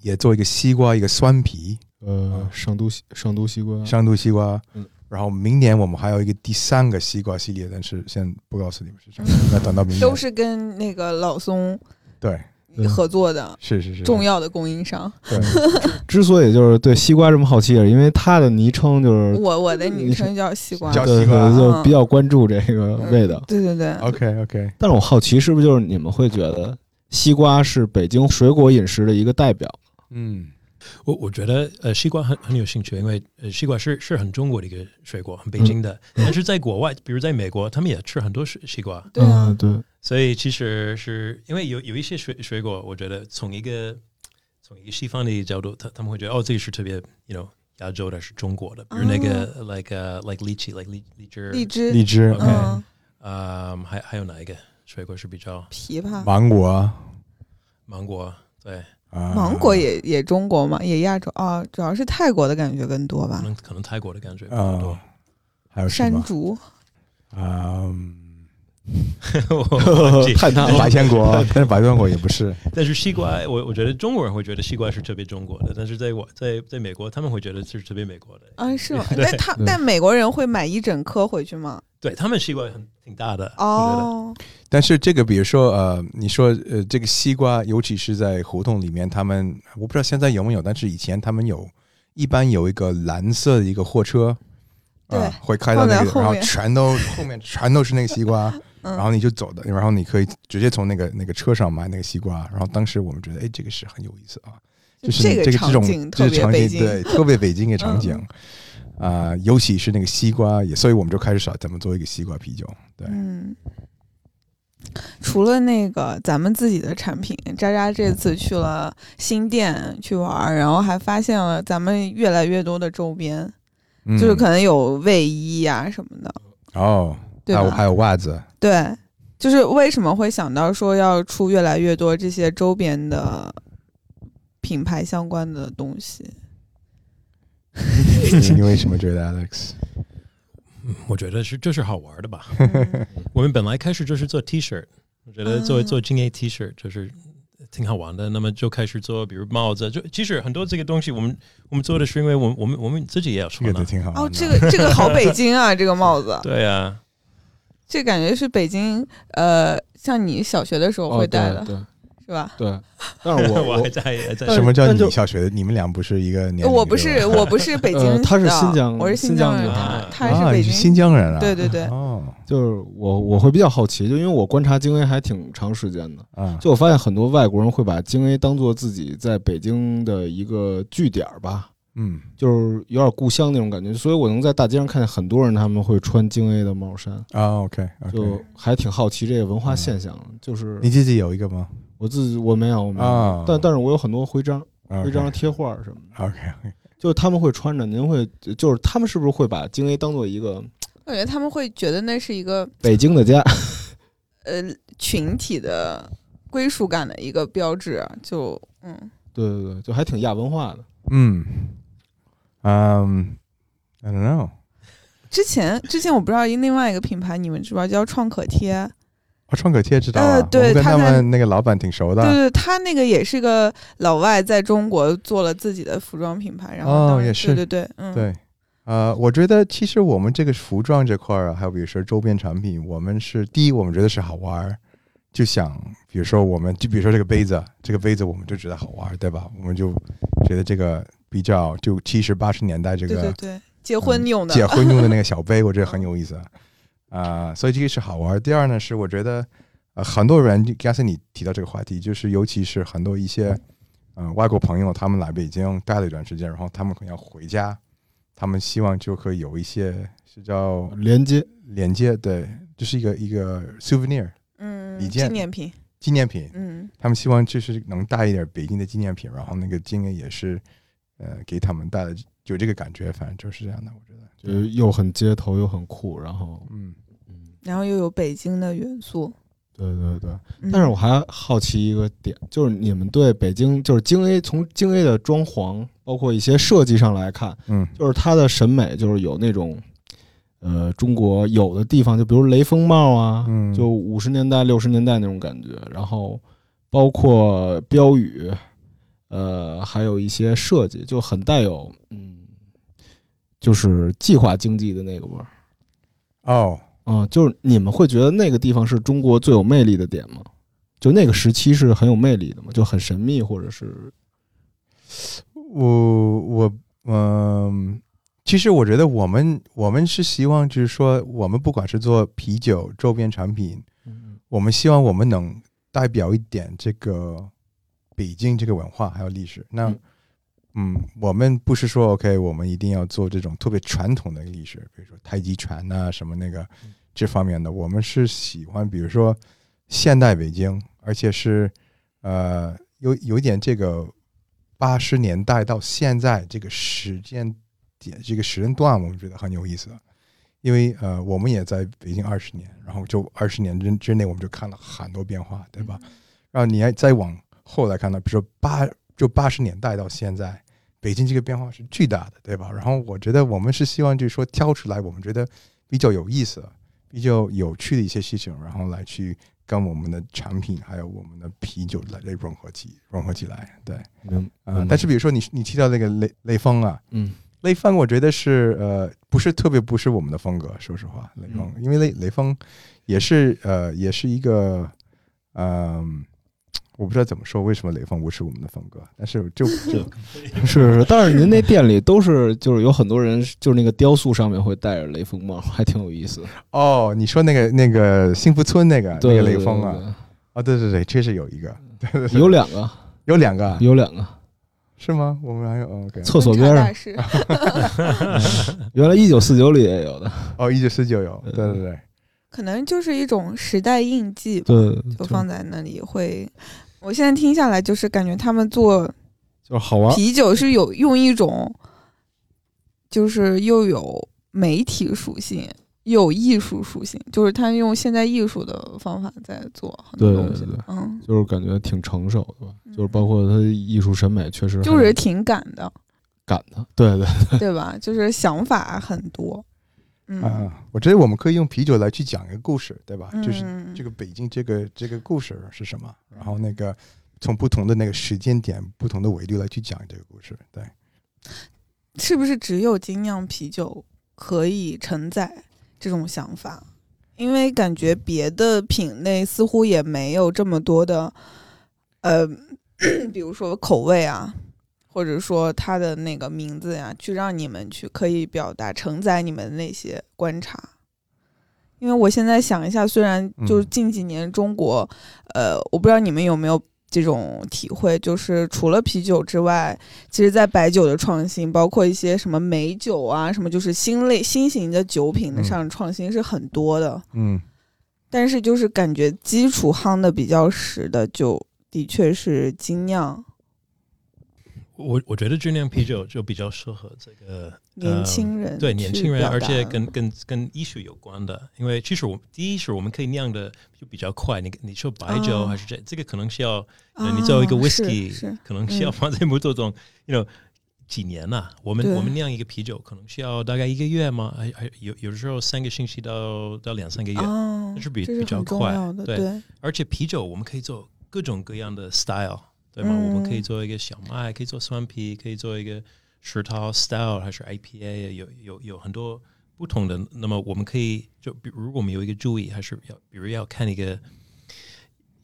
也做一个西瓜，一个酸皮，
呃，上都西上都西瓜，
上都西瓜。
嗯
然后明年我们还有一个第三个西瓜系列，但是先不告诉你们是什么，那等到明年
都是跟那个老松
对，
对嗯
合作的
是是是
重要的供应商。
对，
之所以就是对西瓜这么好奇，也是因为它的昵称就是
我我的昵称叫西瓜，
叫
对
西瓜
对，
嗯
就比较关注这个味道。
对对对，
OK OK，
但是我好奇，是不是就是你们会觉得西瓜是北京水果饮食的一个代表？
嗯
我我觉得呃，西瓜很很有兴趣，因为呃，西瓜是是很中国的一个水果，很北京的。但是在国外，比如在美国，他们也吃很多水西瓜，
对啊
嗯，对，
所以其实是因为有有一些水水果，我觉得从一个从一个西方的角度，他他们会觉得哦，这个是特别，you know，亚洲的是中国的，比如那个、like 呃 like 荔枝，like 荔荔
荔
枝，
枝，
荔枝、
OK
嗯，
嗯、还还有哪一个水果是比较
枇杷，
芒果啊，
芒果？对，
嗯芒果也也中国嘛，也亚洲啊，主要是泰国的感觉更多吧
嗯
可。能可能泰国的感觉比 较多。
啊，还有什
山
么？
竹，
啊，嗯
我 忘记
探探
白天果，但是白天果也不是。
但是西瓜，我我觉得中国人会觉得西瓜是特别中国的，但是在我在在美国，他们会觉得是特别美国的。
啊，是 吗？
对
但他
对
但美国人会买一整颗回去吗？
对他们西瓜很挺大的，我
哦，
但是这个，比如说，呃，你说，呃，这个西瓜，尤其是在胡同里面，他们我不知道现在有没有，但是以前他们有，一般有一个蓝色的一个货车，啊
对
会开到那
放
个，
在后
然后
面
全都后面全都是那个西瓜，
嗯
然后你就走的，然后你可以直接从那个那个车上买那个西瓜。然后当时我们觉得，哎，这个是很有意思啊，就是
这个
这个
场
这种
景
这
特
是
别
场
北京
景，
嗯
对，特别北京的场景啊、尤其是那个西瓜，也，所以我们就开始想怎么做一个西瓜啤酒。对，
嗯，除了那个咱们自己的产品，渣渣这次去了新店去玩儿，然后还发现了咱们越来越多的周边，
嗯、
就是可能有卫衣啊什么的，
哦，
对
还
吧？
有 还有袜子，
对，就是为什么会想到说要出越来越多这些周边的品牌相关的东 西？
你为什么觉得 Alex？
我觉得是这是好玩的吧。
嗯
我们本来开始就是做 T 恤，我觉得做
啊
做精 A T 恤就是挺好玩的。那么就开始做，比如帽子，就其实很多这个东西，我们我们做的是因为我们我们我们自己也要
这
穿
个都
的。
挺好玩的。
哦，这个这个好北京啊，这个帽子，
对啊，
这感觉是北京呃，像你小学的时候
哦，
会
对
戴的，
对
是吧？
对，但 是我
我还呃
我
在还在
什么叫
但就
你小学的？你们俩不是一个年龄？
呃我不是，
对吧
我不是北京的
呃，她是新疆
我是
新疆
人
女
孩，
她是
啊，
北
你
京，
是新疆人啊？
对对对，
哦，
就是我我会比较好奇，就因为我观察京 A 还挺长时间的，
啊，
就我发现很多外国人会把京 A 当做自己在北京的一个据点儿吧，
嗯，
就是有点故乡那种感觉，所以我能在大街上看见很多人他们会穿京 A 的帽衫，
啊，OK，
就还挺好奇这个文化现象的，就是
你自己有一个吗？
我自己我没有我没有，
啊
但但是我有很多徽章、
啊
徽章贴画什么的，
，OK，
就是他们会穿着，您会就是他们是不是会把京 A 当做一个
我感觉他们会觉得那是一个
北京的 家？
呃群体的归属感的一个标志，啊就嗯，
对对对，就还挺亚文化的。
嗯，嗯，I don't know，
之前之前我不知道另外一个品牌你们知不知道叫创可贴，
啊，创可贴知道
呃
啊，
对
我们跟
他
他
在
们那个老板挺熟
对
的，
对，他那个也是个老外在中国做了自己的服装品牌，然后
哦
当时
也是
对对对，嗯，
对。呃，我觉得其实我们这个服装这块儿啊，还有比如说周边产品，我们是第一，我们觉得是好玩儿，就想，比如说我们就比如说这个杯子，啊这个杯子我们就觉得好玩儿，对吧？我们就觉得这个比较就七十八十年代这
对
个
对对，结婚用的，
嗯结婚用的那个小杯，我觉得很有 意思啊、啊所以这个是好玩儿。第二呢，是我觉得呃，很多人就刚才你提到这个话题，就是尤其是很多一些嗯、呃外国朋友，他们来北京待了一段时间，然后他们可能要回家，他们希望就可以有一些是叫
连接，
连接，对，就是一个一个 souvenir
嗯，
李
纪
健
念品，
纪念品，
嗯，
他们希望就是能带一点北京的纪念品，然后那个金额也是呃给他们带了有这个感觉，反正就是这样的，我觉得，
就是又很街头又很酷，然后
嗯。
嗯，
然后又有北京的元素，
对对对。
嗯
但是我还好奇一个点，就是你们对北京，就是京 A 从京 A 的装潢，包括一些设计上来看，
嗯，
就是它的审美，就是有那种。呃，中国有的地方，就比如雷锋帽啊，
嗯
就五十年代、六十年代那种感觉，然后包括标语，呃，还有一些设计，就很带有嗯，就是计划经济的那个味儿。
哦，
嗯，就是你们会觉得那个地方是中国最有魅力的点吗？就那个时期是很有魅力的吗？就很神秘，或者是
我我嗯、其实我觉得我们我们是希望，就是说，我们不管是做啤酒周边产品，我们希望我们能代表一点这个北京这个文化还有历史。那
嗯
嗯我们不是说 OK，我们一定要做这种特别传统的历史，比如说太极拳啊什么那个这方面的。我们是喜欢，比如说现代北京，而且是呃有有一点这个八十年代到现在这个时间点这个时间段，我们觉得很有意思的。因为呃，我们也在北京二十年，然后就二十年之之内，我们就看了很多变化，对吧？然后你还再往后来看呢，比如说八就八十年代到现在，北京这个变化是巨大的，对吧？然后我觉得我们是希望就是说挑出来我们觉得比较有意思、比较有趣的一些事情，然后来去跟我们的产品还有我们的啤酒来来融合起融合起来，对。
嗯，
啊，但是比如说你你提到那个雷雷锋啊，
嗯，
雷锋我觉得是呃不是特别不是我们的风格，说实话，雷锋，
嗯
因为雷雷锋也是呃也是一个嗯、我不知道怎么说，为什么雷锋不是我们的风格？但是 就就
是 是是，但是您那店里都是就是有很多人，就是那个雕塑上面会戴着雷锋帽，还挺有意思的。
哦，你说那个那个幸福村那个那
对
个
对
雷锋
对
啊，
对
啊对对对，确实有一个，对对
对
对，
有两个，
有两个啊
有两个
是吗？我们还有哦 OK
厕所
观察
边
大
上，
师，
原来一九四九里也有的。
哦，一九四九
呃
有，对对对。
可能就是一种时代印记吧，
对，
就
就
放在那里会。我现在听下来，就是感觉他们做
就是好玩。
啤酒是有用一种，就是又有媒体属性，有艺术属性，就是他用现代艺术的方法在做很多
对
东
对
西
对，对，
嗯，
就是感觉挺成熟的吧，就是包括他艺术审美确实
就是挺敢的，
敢的，对对，
对吧？就是想法很多，嗯，
啊，我觉得我们可以用啤酒来去讲一个故事，对吧？就是
嗯
这个北京这个这个故事是什么，然后那个从不同的那个时间点、不同的维度来去讲这个故事，对。
是不是只有精酿啤酒可以承载这种想法？因为感觉别的品类似乎也没有这么多的，呃， 比如说口味啊，或者说它的那个名字呀、去让你们去可以表达承载你们那些观察。因为我现在想一下，虽然就是
嗯
近几年中国，呃，我不知道你们有没有这种体会，就是除了啤酒之外，其实在白酒的创新，包括一些什么美酒啊，什么就是新类新型的酒品的
嗯
上创新是很多的。
嗯，
但是就是感觉基础夯的比较实的，就的确是精酿
我我觉得精酿啤酒就比较适合这个
年
呃
轻人、
对年轻人，而且跟跟跟艺术有关的，因为其实我第一是我们可以酿的就比较快，你你说白酒
啊
还是这、这个可能是要、呃
啊、
你做一个
是
whisky，
是
可能是要
嗯
放在木头中、y o u know 几年呐、我们
对
我们酿一个啤酒可能需要大概一个月吗？还还有有时候三个星期到到两三个月，
哦，
这是比
这是
比较
很重
快
要的
对
对
而且啤酒我们可以做各种各样的 style，对吗？
嗯
我们可以做一个小麦，可以做酸啤，可以做一个石涛 style，还是 IPA，有有有很多不同的。那么我们可以就比如如果我们有一个注意，还是要比如要看一个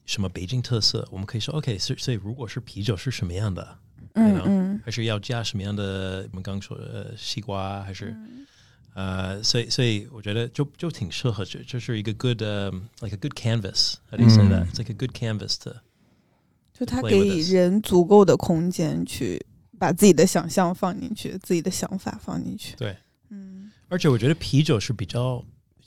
什么北京特色，我们可以说 OK，所以所以如果是啤酒是什么样的，
嗯
对吧
嗯
还是要加什么样的？我们刚说的呃西瓜还是？
嗯
呃，所以所以我觉得就就挺适合，这这是一个 good、um, like a good canvas。How do you say that?、
嗯
It's like a good canvas to
就它
play
给
with this
人足够的空间去把自己的想象放进去，自己的想法放进去，
对。
嗯
而且我觉得啤酒是比较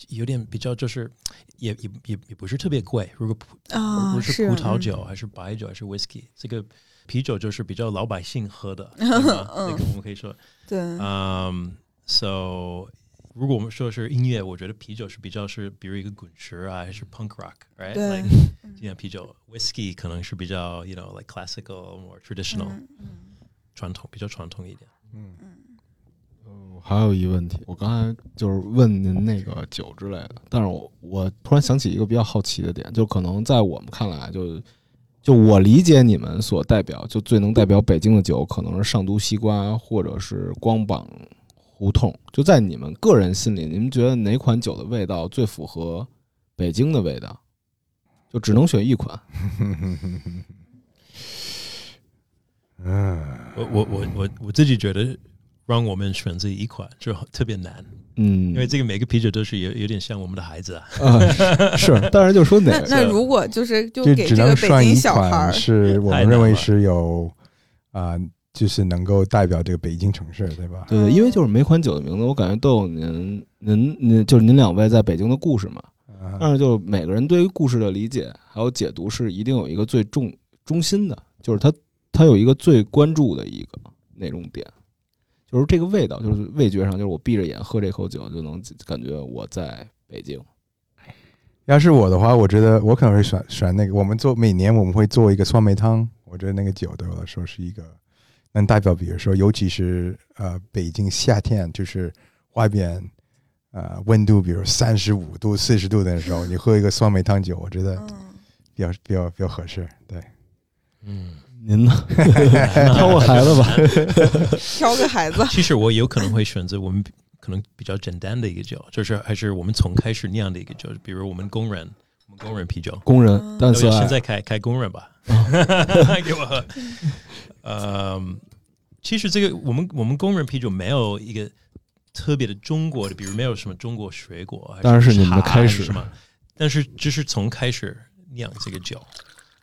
有点比较，就是也也也也不是特别贵。如果葡、
啊，
不是葡萄
嗯
酒还是白酒还是 whisky，这个啤酒就是比较老百姓 喝的，对
嗯
吗？那个我们可以说，
对，
嗯、s o 如果我们说是音乐，我觉得啤酒是比较是，比如一个滚石啊，还是 punk rock，right？
对
Like, 精酿啤酒，whisky 可能是比较，you know，like classical or traditional，、
嗯嗯
传统比较传统一点。
嗯
嗯
我还有一个问题，我刚才就是问您那个酒之类的，但是我我突然想起一个比较好奇的点，就可能在我们看来就，就我理解你们所代表，就最能代表北京的酒，可能是上都西瓜或者是光膀胡同。就在你们个人心里，你们觉得哪款酒的味道最符合北京的味道？就只能选一款，
嗯嗯
我我我我我自己觉得，让我们选这一款就特别难，
嗯，
因为这个每个啤酒都是有有点像我们的孩子 啊。
啊是，是但是就说哪
那
个
那如果就是就
就
给
只
这个
能
北
算
京
一
小孩
款
儿，
是我
太
们
难
认为
了
是有啊、就是能够代表这个北京城市，对吧？
对，因为就是每款酒的名字，我感觉都有您您您就是您两位在北京的故事嘛。
啊
但是就是每个人对于故事的理解还有解读是一定有一个最重中心的，就是他他有一个最关注的一个内容点，就是这个味道，就是味觉上，就是我闭着眼喝这口酒就能感觉我在北京。
要是我的话，我觉得我可能会选选那个。我们做每年我们会做一个酸梅汤，我觉得那个酒对我来说是一个能代表，比如说，尤其是呃北京夏天，就是外边呃温度比如三十五度、四十度的时候，你喝一个酸梅汤酒，我觉得
嗯，
比较比较比较合适。对，
嗯，
您呢？ 挑我孩子吧。
挑 个孩子，
其实我有可能会选择我们比可能比较简单的一个酒，就是还是我们从开始酿的一个酒，比如我们工人，我们工人啤酒。
工
嗯
人，但
要
是啊哦
不要现在开开工人吧， 给我喝。呃，其实这个我们我们工人啤酒没有一个特别的中国的，比如没有什么中国水果，
当然是你们的
茶
开
还
始
是什么，但是只是从开始酿这个酒，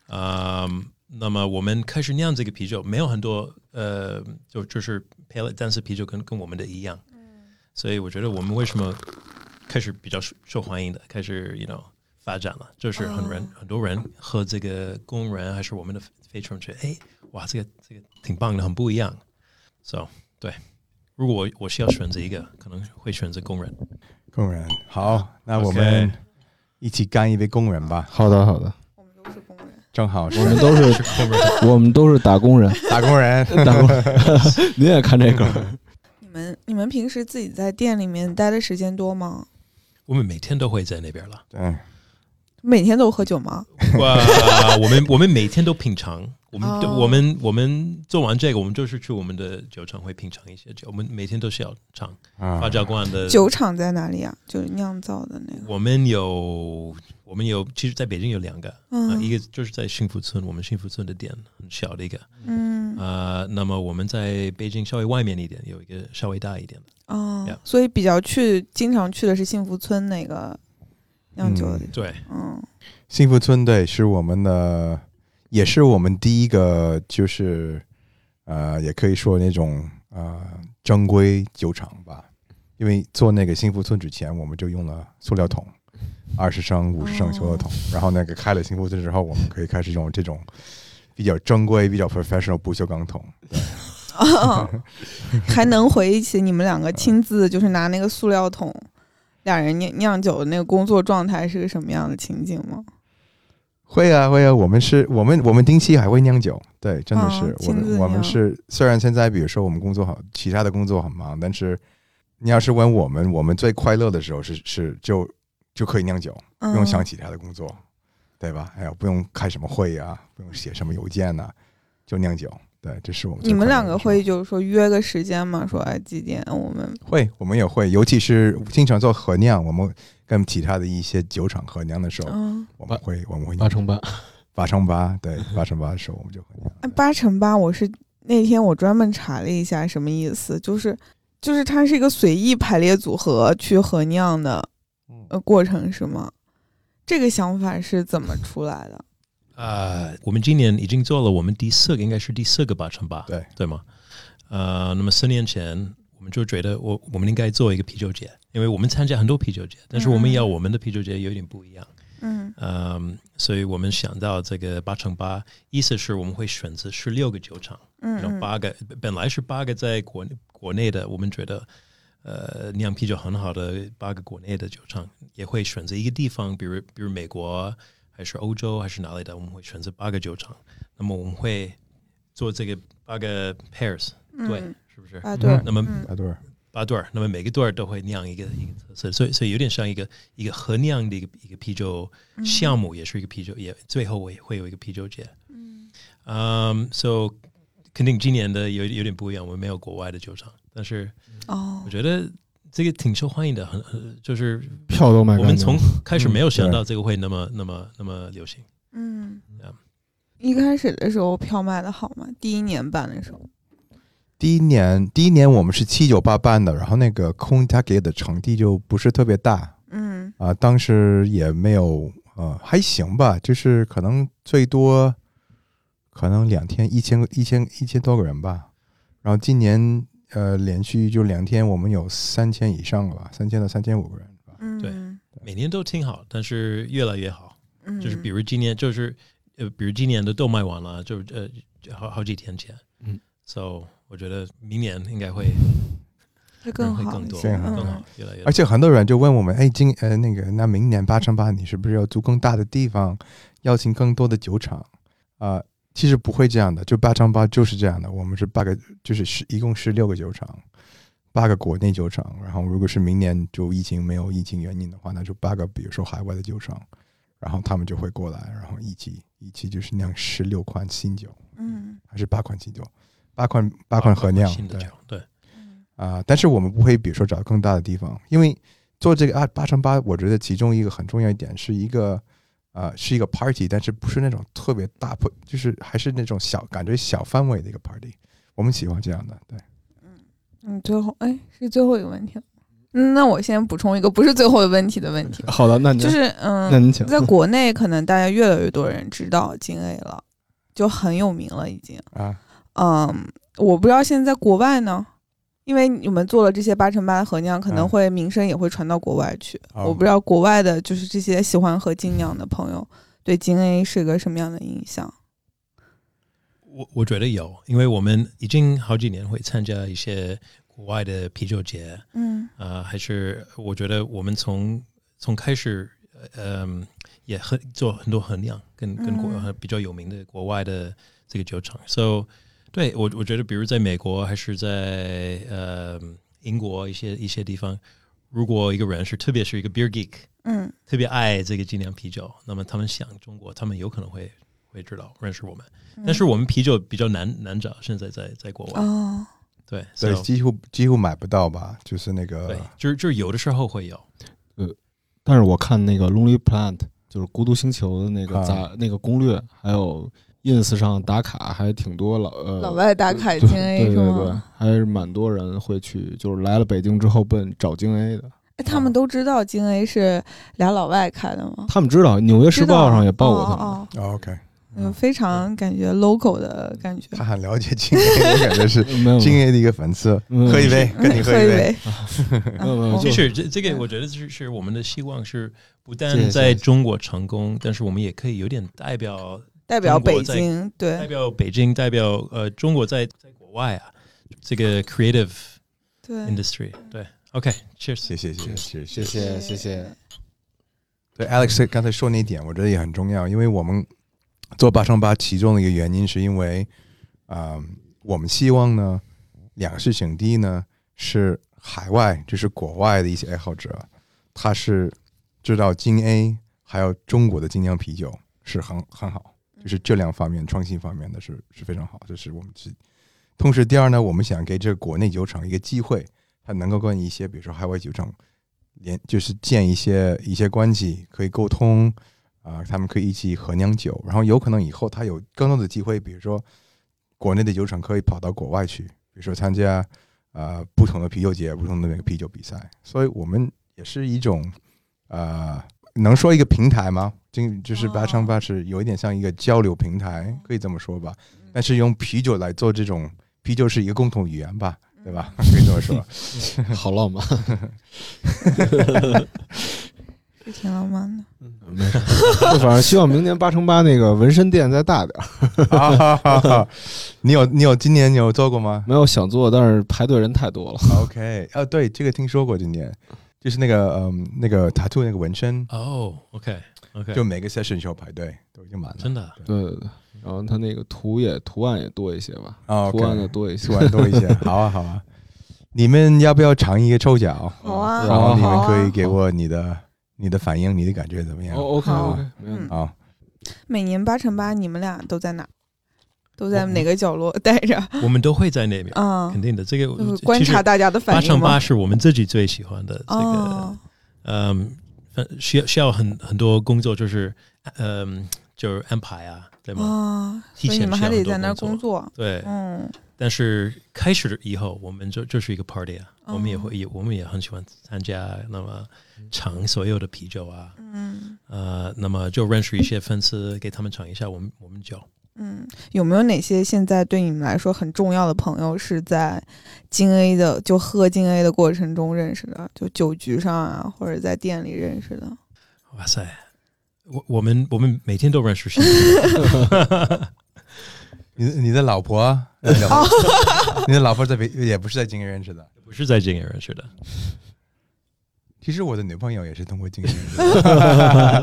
呃，那么我们开始酿这个啤酒，没有很多呃，就就是 pellet 但是啤酒跟跟我们的一样，所以我觉得我们为什么开始比较受受欢迎的，开始 you know 发展了，就是很人、很多人和这个工人还是我们的飞船觉得，哎，哇，这个这个挺棒的，很不一样。So 对，如果我我是要选择一个，可能会选择工人。
工人。好，那我们一起干一杯工人吧，
好 的，好的，
我们都是工人，
正好是
我们都是我们都是打 工人，
打工人。
打工人， 您也看这梗儿，
你们你们平时自己在店里面待的时间多吗？
我们每天都会在那边了。
对，
每天都喝酒吗？
哇， 我们我们每天都品尝，我们、
哦
我们我们做完这个，我们就是去我们的酒厂会品尝一些酒，我们每天都是要尝
啊
发酵罐的。
酒厂在哪里啊？就是酿造的那个。
我们有我们有，其实在北京有两个，啊、
嗯
一个就是在幸福村，我们幸福村的店很小的一个，
嗯
啊，那么我们在北京稍微外面一点有一个稍微大一点的，
哦
Yeah，
所以比较去经常去的是幸福村那个
嗯
酿酒的地
对，
方。
幸福村对，是我们的，也是我们第一个，就是呃，也可以说那种呃正规酒厂吧。因为做那个幸福村之前，我们就用了塑料桶，二十升、五十升塑料桶。然后那个开了幸福村之后，我们可以开始用这种比较正规、比较 professional 不锈钢桶。
嗯， 还能回忆起你们两个亲自就是拿那个塑料桶，俩人酿酿酒的那个工作状态是个什么样的情景吗？
会啊，会啊，我们是我们我们定期还会酿酒，对，真的
哦
是、我
亲自
们我们
酿
是虽然现在比如说我们工作好，其他的工作很忙，但是你要是问我们，我们最快乐的时候是是就就可以酿酒，不
嗯，
用想其他的工作，对吧？哎呀，不用开什么会啊，不用写什么邮件呐、啊就酿酒，对，这是我们最
你们
快乐的
两个
时候
会就是说约个时间吗？说哎几点我们
会，我们也会，尤其是经常做合酿，我们跟其他的一些酒厂合酿的时候，
嗯
我们会我们会
八乘八，
八乘八，对，八乘八的时候我们就合酿。
哎八乘八，我是那天我专门查了一下什么意思，就是就是它是一个随意排列组合去合酿的呃过程是吗？这个想法是怎么出来的？
啊，我们今年已经做了我们第四个，应该是第四个八乘八，
对
对吗？呃，那么四年前我们就觉得我我们应该做一个啤酒节，因为我们参加很多啤酒节，但是我们
嗯
要我们的啤酒节有一点不一样，
嗯
嗯，所以我们想到这个八乘八，意思是我们会选择十六个酒厂，
嗯
然后八个本来是八个在国内国内的，我们觉得。呃，酿啤酒很好的八个国内的酒厂也会选择一个地方，比如比如美国还是欧洲还是哪里的，我们会选择八个酒厂。那么我们会做这个八个 pairs，
嗯
对，
嗯
是不是？
八对儿，
那么
嗯
啊，对。
八对儿，那么每个对儿都会酿一个一个特色，所以所以有点像一个一个合酿的一个一个啤酒项目，也是一个啤酒，也最后我也会有一个啤酒节。
嗯
嗯、s o 肯定今年的有有点不一样，我们没有国外的酒厂，但是
哦
我，觉得这个挺受欢迎的，很很就是
票都卖
我
干净了。
们从开始没有想
嗯对
到这个会那么那么那么流行。
嗯
Yeah，
一开始的时候票卖的好吗？第一年办的时候，
第一年，第一年我们是七九八办的，然后那个空他给的场地就不是特别大
嗯
啊、当时也没有呃，还行吧，就是可能最多可能两天一千一千一千多个人吧，然后今年呃连续就两天我们有三千以上了吧，三千到三千五个人吧，
嗯，
对每年都挺好，但是越来越好。
嗯，
就是比如今年就是呃，比如今年的都卖完了，就是呃好好几天前，
嗯
，so 我觉得明年应该会
会更
会
好
更
一
多
些
更
更好
嗯，
越来越
而且很多人就问我们，哎，今呃那个那明年八乘八，你是不是要租更大的地方，邀请更多的酒厂？啊、其实不会这样的，就八乘八就是这样的，我们是八个，就是十一共十六个酒厂，八个国内酒厂，然后如果是明年就疫情没有疫情原因的话，那就八个，比如说海外的酒厂，然后他们就会过来，然后一起一起就是酿十六款新酒，
嗯
还是八款新酒，八款八款合酿，
新的
对
酒，对，
嗯
啊、但是我们不会，比如说找更大的地方，因为做这个啊八乘八，我觉得其中一个很重要一点是一个，呃，是一个 party，但是不是那种特别大，不就是还是那种小感觉小范围的一个 party，我们喜欢这样的，对，
嗯，最后哎是最后一个问题了，嗯那我先补充一个不是最后一个问题的问题，
好的，那您
就是
那
嗯，
您请。
在国内可能大家越来越多人知道金 A 了，就很有名了已经。
啊，
嗯，我不知道现在国外呢，因为你们做了这些八乘八的合酿，可能
嗯
会名声也会传到国外去。
哦
啊
我不知道国外的就是这些喜欢喝精酿的朋友对精 A 是个什么样的印象？
我我觉得有，因为我们已经好几年会参加一些国外的啤酒节，
嗯
啊，还是我觉得我们从从开始，呃嗯，也很做很多衡量，跟跟国、
嗯
和比较有名的国外的这个酒厂。So，对我我觉得，比如在美国还是在呃英国一些一些地方，如果一个人是特别是一个 beer geek，
嗯
特别爱这个精酿啤酒，那么他们想中国，他们有可能会会知道认识我们。
嗯
但是我们啤酒比较难难找，现在在在国外，
哦，
对，
所以
so-
几乎几乎买不到吧，就是那个
对，就是就是有的时候会有，
但是我看那个 Lonely Planet，就是《孤独星球》的那个
啊
杂、那个攻略，还有 ins 上打卡还挺多老呃
老外打卡
对
精
对
A 是
对对
吗？，
还是蛮多人会去，就是来了北京之后奔找京 A 的。
哎
他们都知道京 A 是俩老外开的吗？
他们知道《纽约时报》上也报过他们，嗯
哦
哦 OK，
嗯
哦哦非常感觉 local 的感 觉。
他很了解金 A，我感觉是
没有
金 A 的一个粉丝，
没有
喝一杯，跟你喝 一杯，
杯，
没有没
嗯
有就
就是是这这个，我觉得是是我们的希望是不
谢
但
谢
在中国成功，但是我们也可以有点代表
代表
中国
北
在
京，
代
对
表北京，代表呃中国在在国外啊这个 creative
对，
industry 对，OK，cheers，、
谢谢谢谢谢
谢
谢。
谢谢谢。
对 Alex 刚才说那一点，我觉得也很重要，因为我们做八乘八，其中的一个原因是因为，啊、我们希望呢两个事情，第一呢是海外，就是国外的一些爱好者，他是知道京 A 还有中国的精酿啤酒是很很好，就是这两方面创新方面的是是非常好，这是我们是。同时，第二呢，我们想给这个国内酒厂一个机会，它能够跟一些比如说海外酒厂连，就是建一些一些关系，可以沟通啊、他们可以一起合酿酒，然后有可能以后他有更多的机会，比如说国内的酒厂可以跑到国外去，比如说参加呃不同的啤酒节、不同的那个啤酒比赛，所以我们也是一种呃。能说一个平台吗？就就是八
哦
乘八是有一点像一个交流平台，可以这么说吧。但是用啤酒来做这种，啤酒是一个共同语言吧，对吧？ 可以这么说。
好浪漫，
是挺浪漫的。
没事。 就反正希望明年八乘八那个纹身店再大点儿。
啊哈哈哈 你有你有今年你有做过吗
没有想做，但是排队人太多了。
？OK，啊，对，这个听说过今年，就是那个嗯那个 tattoo 那个纹身，
哦，OK OK，
就每个 session 时候排队都已经满了，
真的啊
对对对，然后他那个图也图案也多一些吧，
啊，
图案也多一些
突。然多一 些，好啊好啊，你们要不要尝一个抽奖？
好啊
然后你们可以
好啊
给我你的你的反应，你的感觉怎么样？啊
哦，OK
好
OK，没问题。
好，
每年八乘八，你们俩都在哪？
都在哪个角落待着？
我们都会在那边，
啊
肯，定的。这个
哦就是呃观察大家的
八
反应
乘八
吗？
是我们自己最喜欢的这个。
哦，
嗯，呃需要需要很很多工作，就是嗯，就是安排啊，对吗？
哦，
提
所以你
前
们
需
还
要
得
很多
在那儿工
工
作。
对，
嗯，
但是开始以后，我们就就是一个 party 啊，我们也会也我们也很喜欢参加，那么尝所有的啤酒啊，
嗯
呃，那么就认识一些粉丝，给他们尝一下我们我们酒。
嗯，
有没有哪些现在对你们来说很重要的朋友是在京 A 的就喝京 A 的过程中认识的？就酒局上啊，或者在店里认识的？
哇塞，我我们我们每天都认识新的人。
你你的老婆啊，你的
哦
老婆 你的老婆在北也不是在金认识的。
不是在这个认识的，
其实我的女朋友也是通过经验的，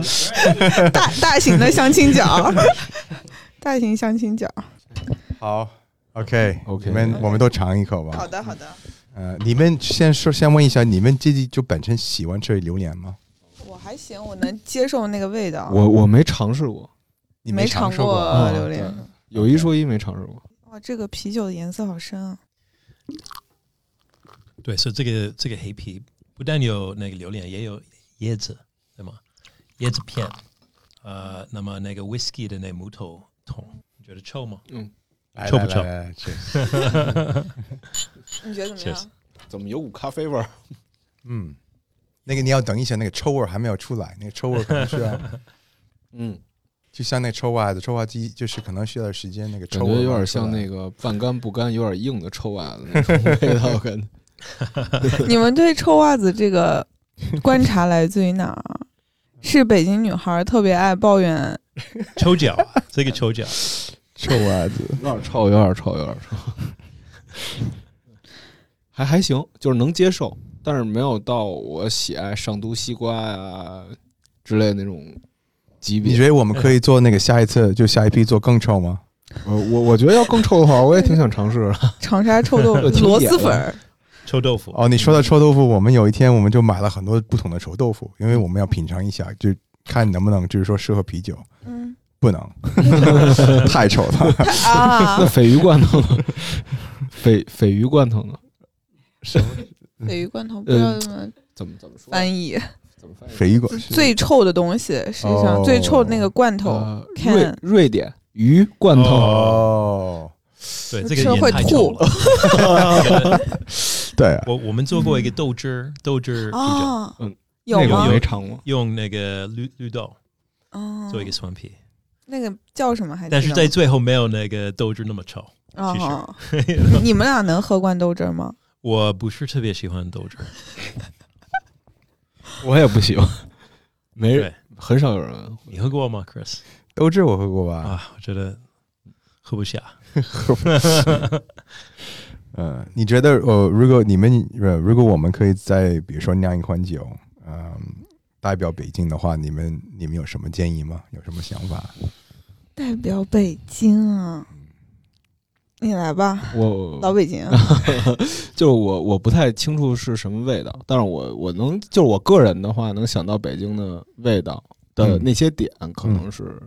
大大型的相亲角， 大型相亲角。
好，OK
OK
你们我们都尝一口
好
吧。
的，好的，
呃，你们先说，先问一下，你们自己就本身喜欢吃榴莲吗？
我还行，我能接受那个味道。
我我没尝试过，
你
没
尝
尝
试过
过
啊？
呃
嗯
榴莲
对有一说一没尝试过。
哇，这个啤酒的颜色好深啊！
对，所以这个这个黑啤不但有那个榴莲，也有椰子，对吗？椰子片，呃，那么那个 whisky 的那木头桶，你觉得臭吗？
来
臭不臭？
来来来吃
你觉得怎么样？
怎么有股咖啡味儿？
嗯，那个你要等一下，那个臭味儿还没有出来，那个臭味儿可能需要，
嗯，
就像那臭袜子、臭袜机，就是可能需要时间，那个
感
臭
觉
味儿
有
慢慢
点
出
像
来
那个半干不干、有点硬的臭袜子那 种味道，感觉。
你们对臭袜子这个观察来自于哪儿啊？是北京女孩特别爱抱怨，
抽脚啊，这个抽脚，
臭袜子。
有点臭，有点臭，有点臭。 还还行，就是能接受，但是没有到我喜爱上都西瓜呀、之类那种级别。
你觉得我们可以做那个下一次就下一批做更臭吗？
我我我觉得要更臭的话，我也挺想尝试。
长沙臭豆
我听
螺
见
蛳
了
粉儿，
臭豆腐
哦，你说到臭豆腐，我们有一天我们就买了很多不同的臭豆腐，因为我们要品尝一下，就看能不能就是说适合啤酒，
嗯，
不能， 太臭了。
啊
那，鲱鱼罐头呢？鲱鲱鱼罐头呢？
鲱鱼罐头不知道怎么
怎嗯么怎么说？
翻译，
怎么翻译？
水果
最臭的东西，实际上
哦
最臭的那个罐头，
呃
看
瑞瑞典鱼罐头
哦，
哦，
对
吃
这个也
会
太
吐
臭了。这个
对，
我我们做过一个豆汁儿豆汁儿啤酒，
啊
嗯，
有
那个我
吗
没？尝过。
用那个绿绿豆
哦
做一个酸啤，
那个叫什么？还记得
但是
吗
在最后没有那个豆汁那么臭。
啊
其实
哈，哦 你们俩能喝惯豆汁儿吗？
嗯
我不是特别喜欢豆汁儿，
我也不 喜欢，没人
对，
很少有人。
你喝过吗，Chris？
豆汁我喝过吧？
啊，我觉得喝不下。
嗯，你觉得呃，如果你们呃，如果我们可以在比如说酿一款酒，嗯，代表北京的话，你们你们有什么建议吗？有什么想法？
代表北京啊，你来吧，
嗯
我
老北京。 啊
就是我我不太清楚是什么味道，但是我我能就是我个人的话，能想到北京的味道的
嗯
那些点，可能是、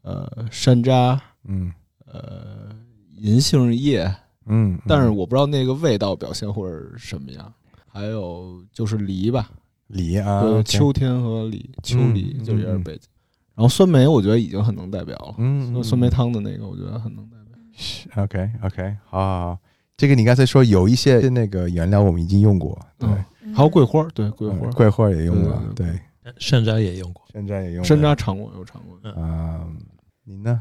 呃山楂，
嗯
呃银杏叶，
嗯，
但是
嗯
我不知道那个味道表现会是什么样。还有就是梨吧，
梨啊，
就是
OK
呃秋天和梨，秋梨
嗯
就是也是
嗯
北京。然后酸梅，我觉得已经很能代表了。
嗯嗯
呃酸梅汤的那个，我觉得很能代表。
OK OK，好好好，这个你刚才说有一些那个原料我们已经用过，对，
嗯还有桂花，对桂
嗯
花，
桂花也用过，
对
对，
山楂也用过，
山楂也用过，
山楂尝过，有尝过。
啊，你呢？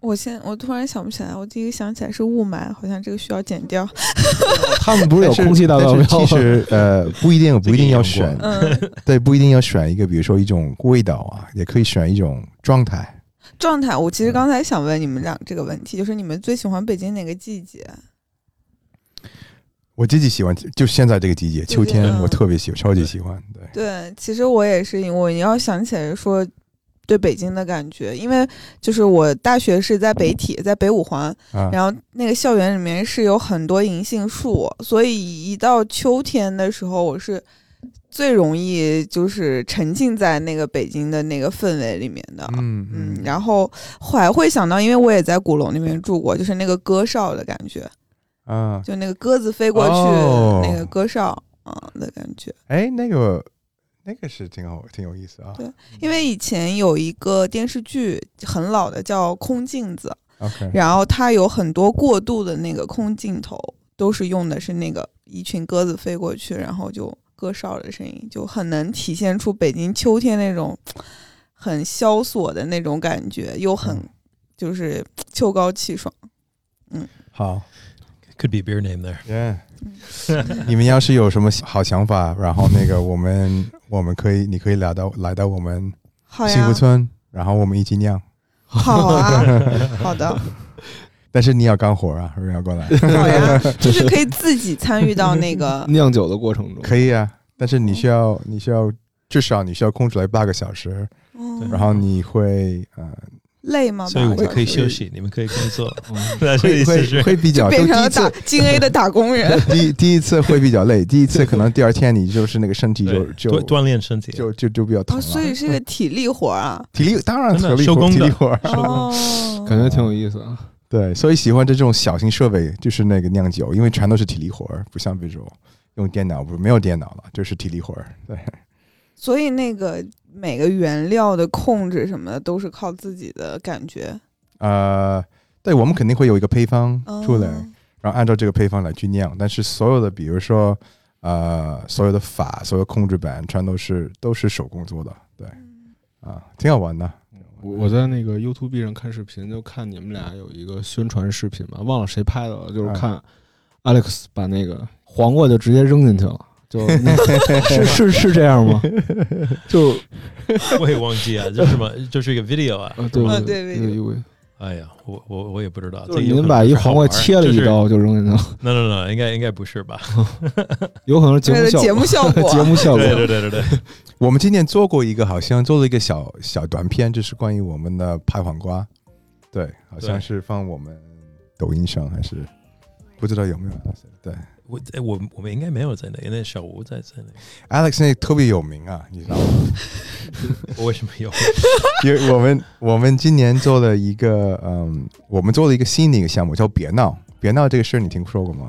我现我突然想不起来，我第一个想起来是雾霾，好像这个需要剪 掉。
他们 不是有
但
空气大
但
爆
是
表
其
吗？
实呃，不一定不一定要
这个
选
也用，
嗯，
对，不一定要选一个，比如说一种味道啊，也可以选一种状态。
状态，我其实刚才想问你们俩这个问题，就是你们最喜欢北京哪个季节？
我自己喜欢，就现在这个季节，秋天，我特别喜欢，超级喜欢。对，
对，其实我也是，我要想起来说对北京的感觉，因为就是我大学是在北体，在北五环，
啊，
然后那个校园里面是有很多银杏树，所以一到秋天的时候，我是最容易就是沉浸在那个北京的那个氛围里面的。
嗯
嗯，然后还会想到，因为我也在鼓楼那边住过，就是那个歌哨的感觉，
啊，
就那个鸽子飞过去、
哦
那个歌哨啊、的感觉。
哎，那个那个是挺好，挺有意思啊。
对因为以前有一个电视剧很老的叫《空镜子》，
OK，
然后它有很多过渡的那个空镜头，都是用的是那个一群鸽子飞过去，然后就歌哨的声音，就很能体现出北京秋天那种很萧索的那种感觉，又很
嗯
就是秋高气爽。
好。
could be beer name there。
耶、你们要是有什么好想法，然后那个我们我们可以，你可以来到来到我们
好
幸
呀
福，村，然后我们一起酿。
好 啊，好的，
但是你要干活啊，你要过来，
好 呀，就是可以自己参与到那个
酿酒的过程中，
可以啊。但是你需要你需要至少你需要空出来八个小时，
嗯
然后你会 呃
累吗？
所以我
八个
们
小
可以
时
休息，你们可以工作。
嗯
那这
会
意思
会
是
会比较
变成了
就第一
打
次
精 A 的打工 人。
第第一次会比较累，第一次可能第二天你就是那个身体就
对
就
锻锻炼身体，
就就就比较
哦，
疼了。
所以是个体力活儿 啊。
体力当然
真的
体力
收
活
工
体
的
力活儿，
哦，
感觉挺有意思啊。
对，所以喜欢这种小型设备，就是那个酿酒，因为全都是体力活儿，不像比如说用电脑，不没有电脑了，就是体力活儿。对，
所以那个每个原料的控制什么的都是靠自己的感觉
呃，对我们肯定会有一个配方出来，
嗯
然后按照这个配方来去酿，但是所有的，比如说呃，所有的法、所有控制板，全都是都是手工做的，对，啊，挺好玩的。
我我在那个 YouTube 上看视频，就看你们俩有一个宣传视频吧，忘了谁拍的了，就是看 Alex 把那个黄瓜就直接扔进去了。就 那是是是这样 吗？就
我也忘记啊，这是什么？这是一个 video 啊，
呃对
啊
对
对对
对，
哎呀，我我我也不知道，
就是
这有
您
可能
把一
是好
黄瓜
玩儿
切了一，刀就扔进去了，
就是 no no no，应该应该不是吧？
有可能是节
为
目
了
效
节
果。
目效果，
节目 效果
对对对对对，
我们今年做过一个，好像做了一个小小短片，就是关于我们的拍黄瓜。对，好像
对
是放我们抖音上，还是不知道有没有？对
我哎我我们应该没有在那，因为小吴在在那，
，Alex 那特别有名啊，你知道吗？
我为什么有？
因为我们 我们今年做了一个，嗯，我们做了一个新的一个项目，叫“别闹”。别闹这个事儿，你听说过吗？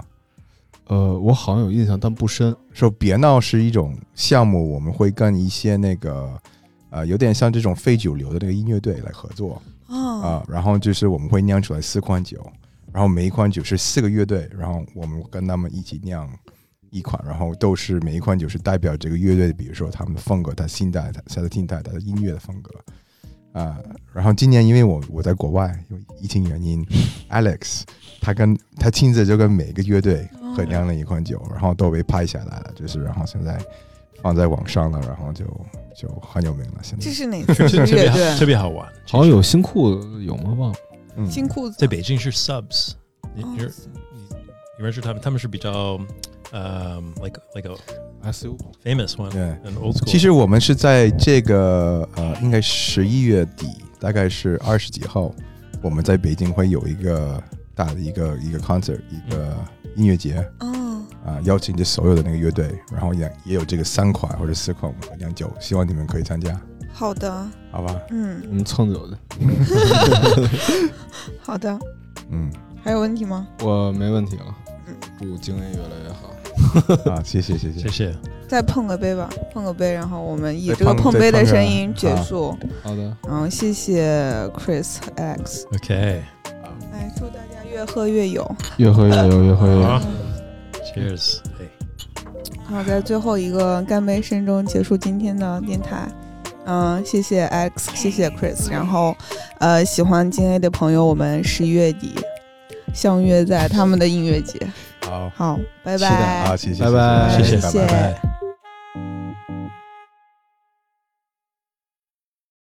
呃，我好像有印象，但不深。
说别闹是一种项目，我们会跟一些那个，呃，有点像这种非主流的那个音乐队来合作。
啊
啊，然后就是我们会酿出来四款酒，然后每一款酒是四个乐队，然后我们跟他们一起酿一款，然后都是每一款酒是代表这个乐队，比如说他们的风格、他新代、他他的新代、他的音乐的风格啊。然后今年因为我我在国外有疫情原因，Alex 他跟他亲自就跟每个乐队
啊
合酿了一款酒，然后都被拍下来了，就是然后现在放在网上了，然后就就很有名了。现在
这是哪
特
支
别
乐
好特
队？
别好玩。
好像有新裤子有吗？忘了。
嗯
新裤子
在北京是 subs，你
哦
你你你认识他们？他们是比较呃、like um, like a
S U
famous one，
对
an old school。
其实我们是在这个呃，应该十一月底，大概是二十几号，我们在北京会有一个大的一个一个 concert，一个音乐节
啊，
啊、邀请这所有的那个乐队，然后也也有这个三款或者四款我们酿酒，希望你们可以参加，
好的，
好吧？
嗯，
我们蹭酒去。
好的，
嗯，
还有问题吗？
我没问题了。祝京 A 越来越好。
啊，谢谢谢
谢
谢，
谢，
再碰个杯吧，碰个杯，然后我们以
再
这个
碰
碰
再
杯的
碰个啊
声音结
好
束。
好的，
然后谢谢 Chris X，
OK，
哎，祝大家越喝越有。
越喝越有，越喝越有。
啊
好，Cheers，哎。
好，在最后一个干杯声中结束今天的电台。嗯，谢谢 X，谢谢 Chris。然后，呃，喜欢金 A 的朋友，我们十一月底相约在他们的音乐节。
好，
好，拜
期待
拜。
啊，谢谢，
拜拜
谢谢，
谢谢
拜拜。
拜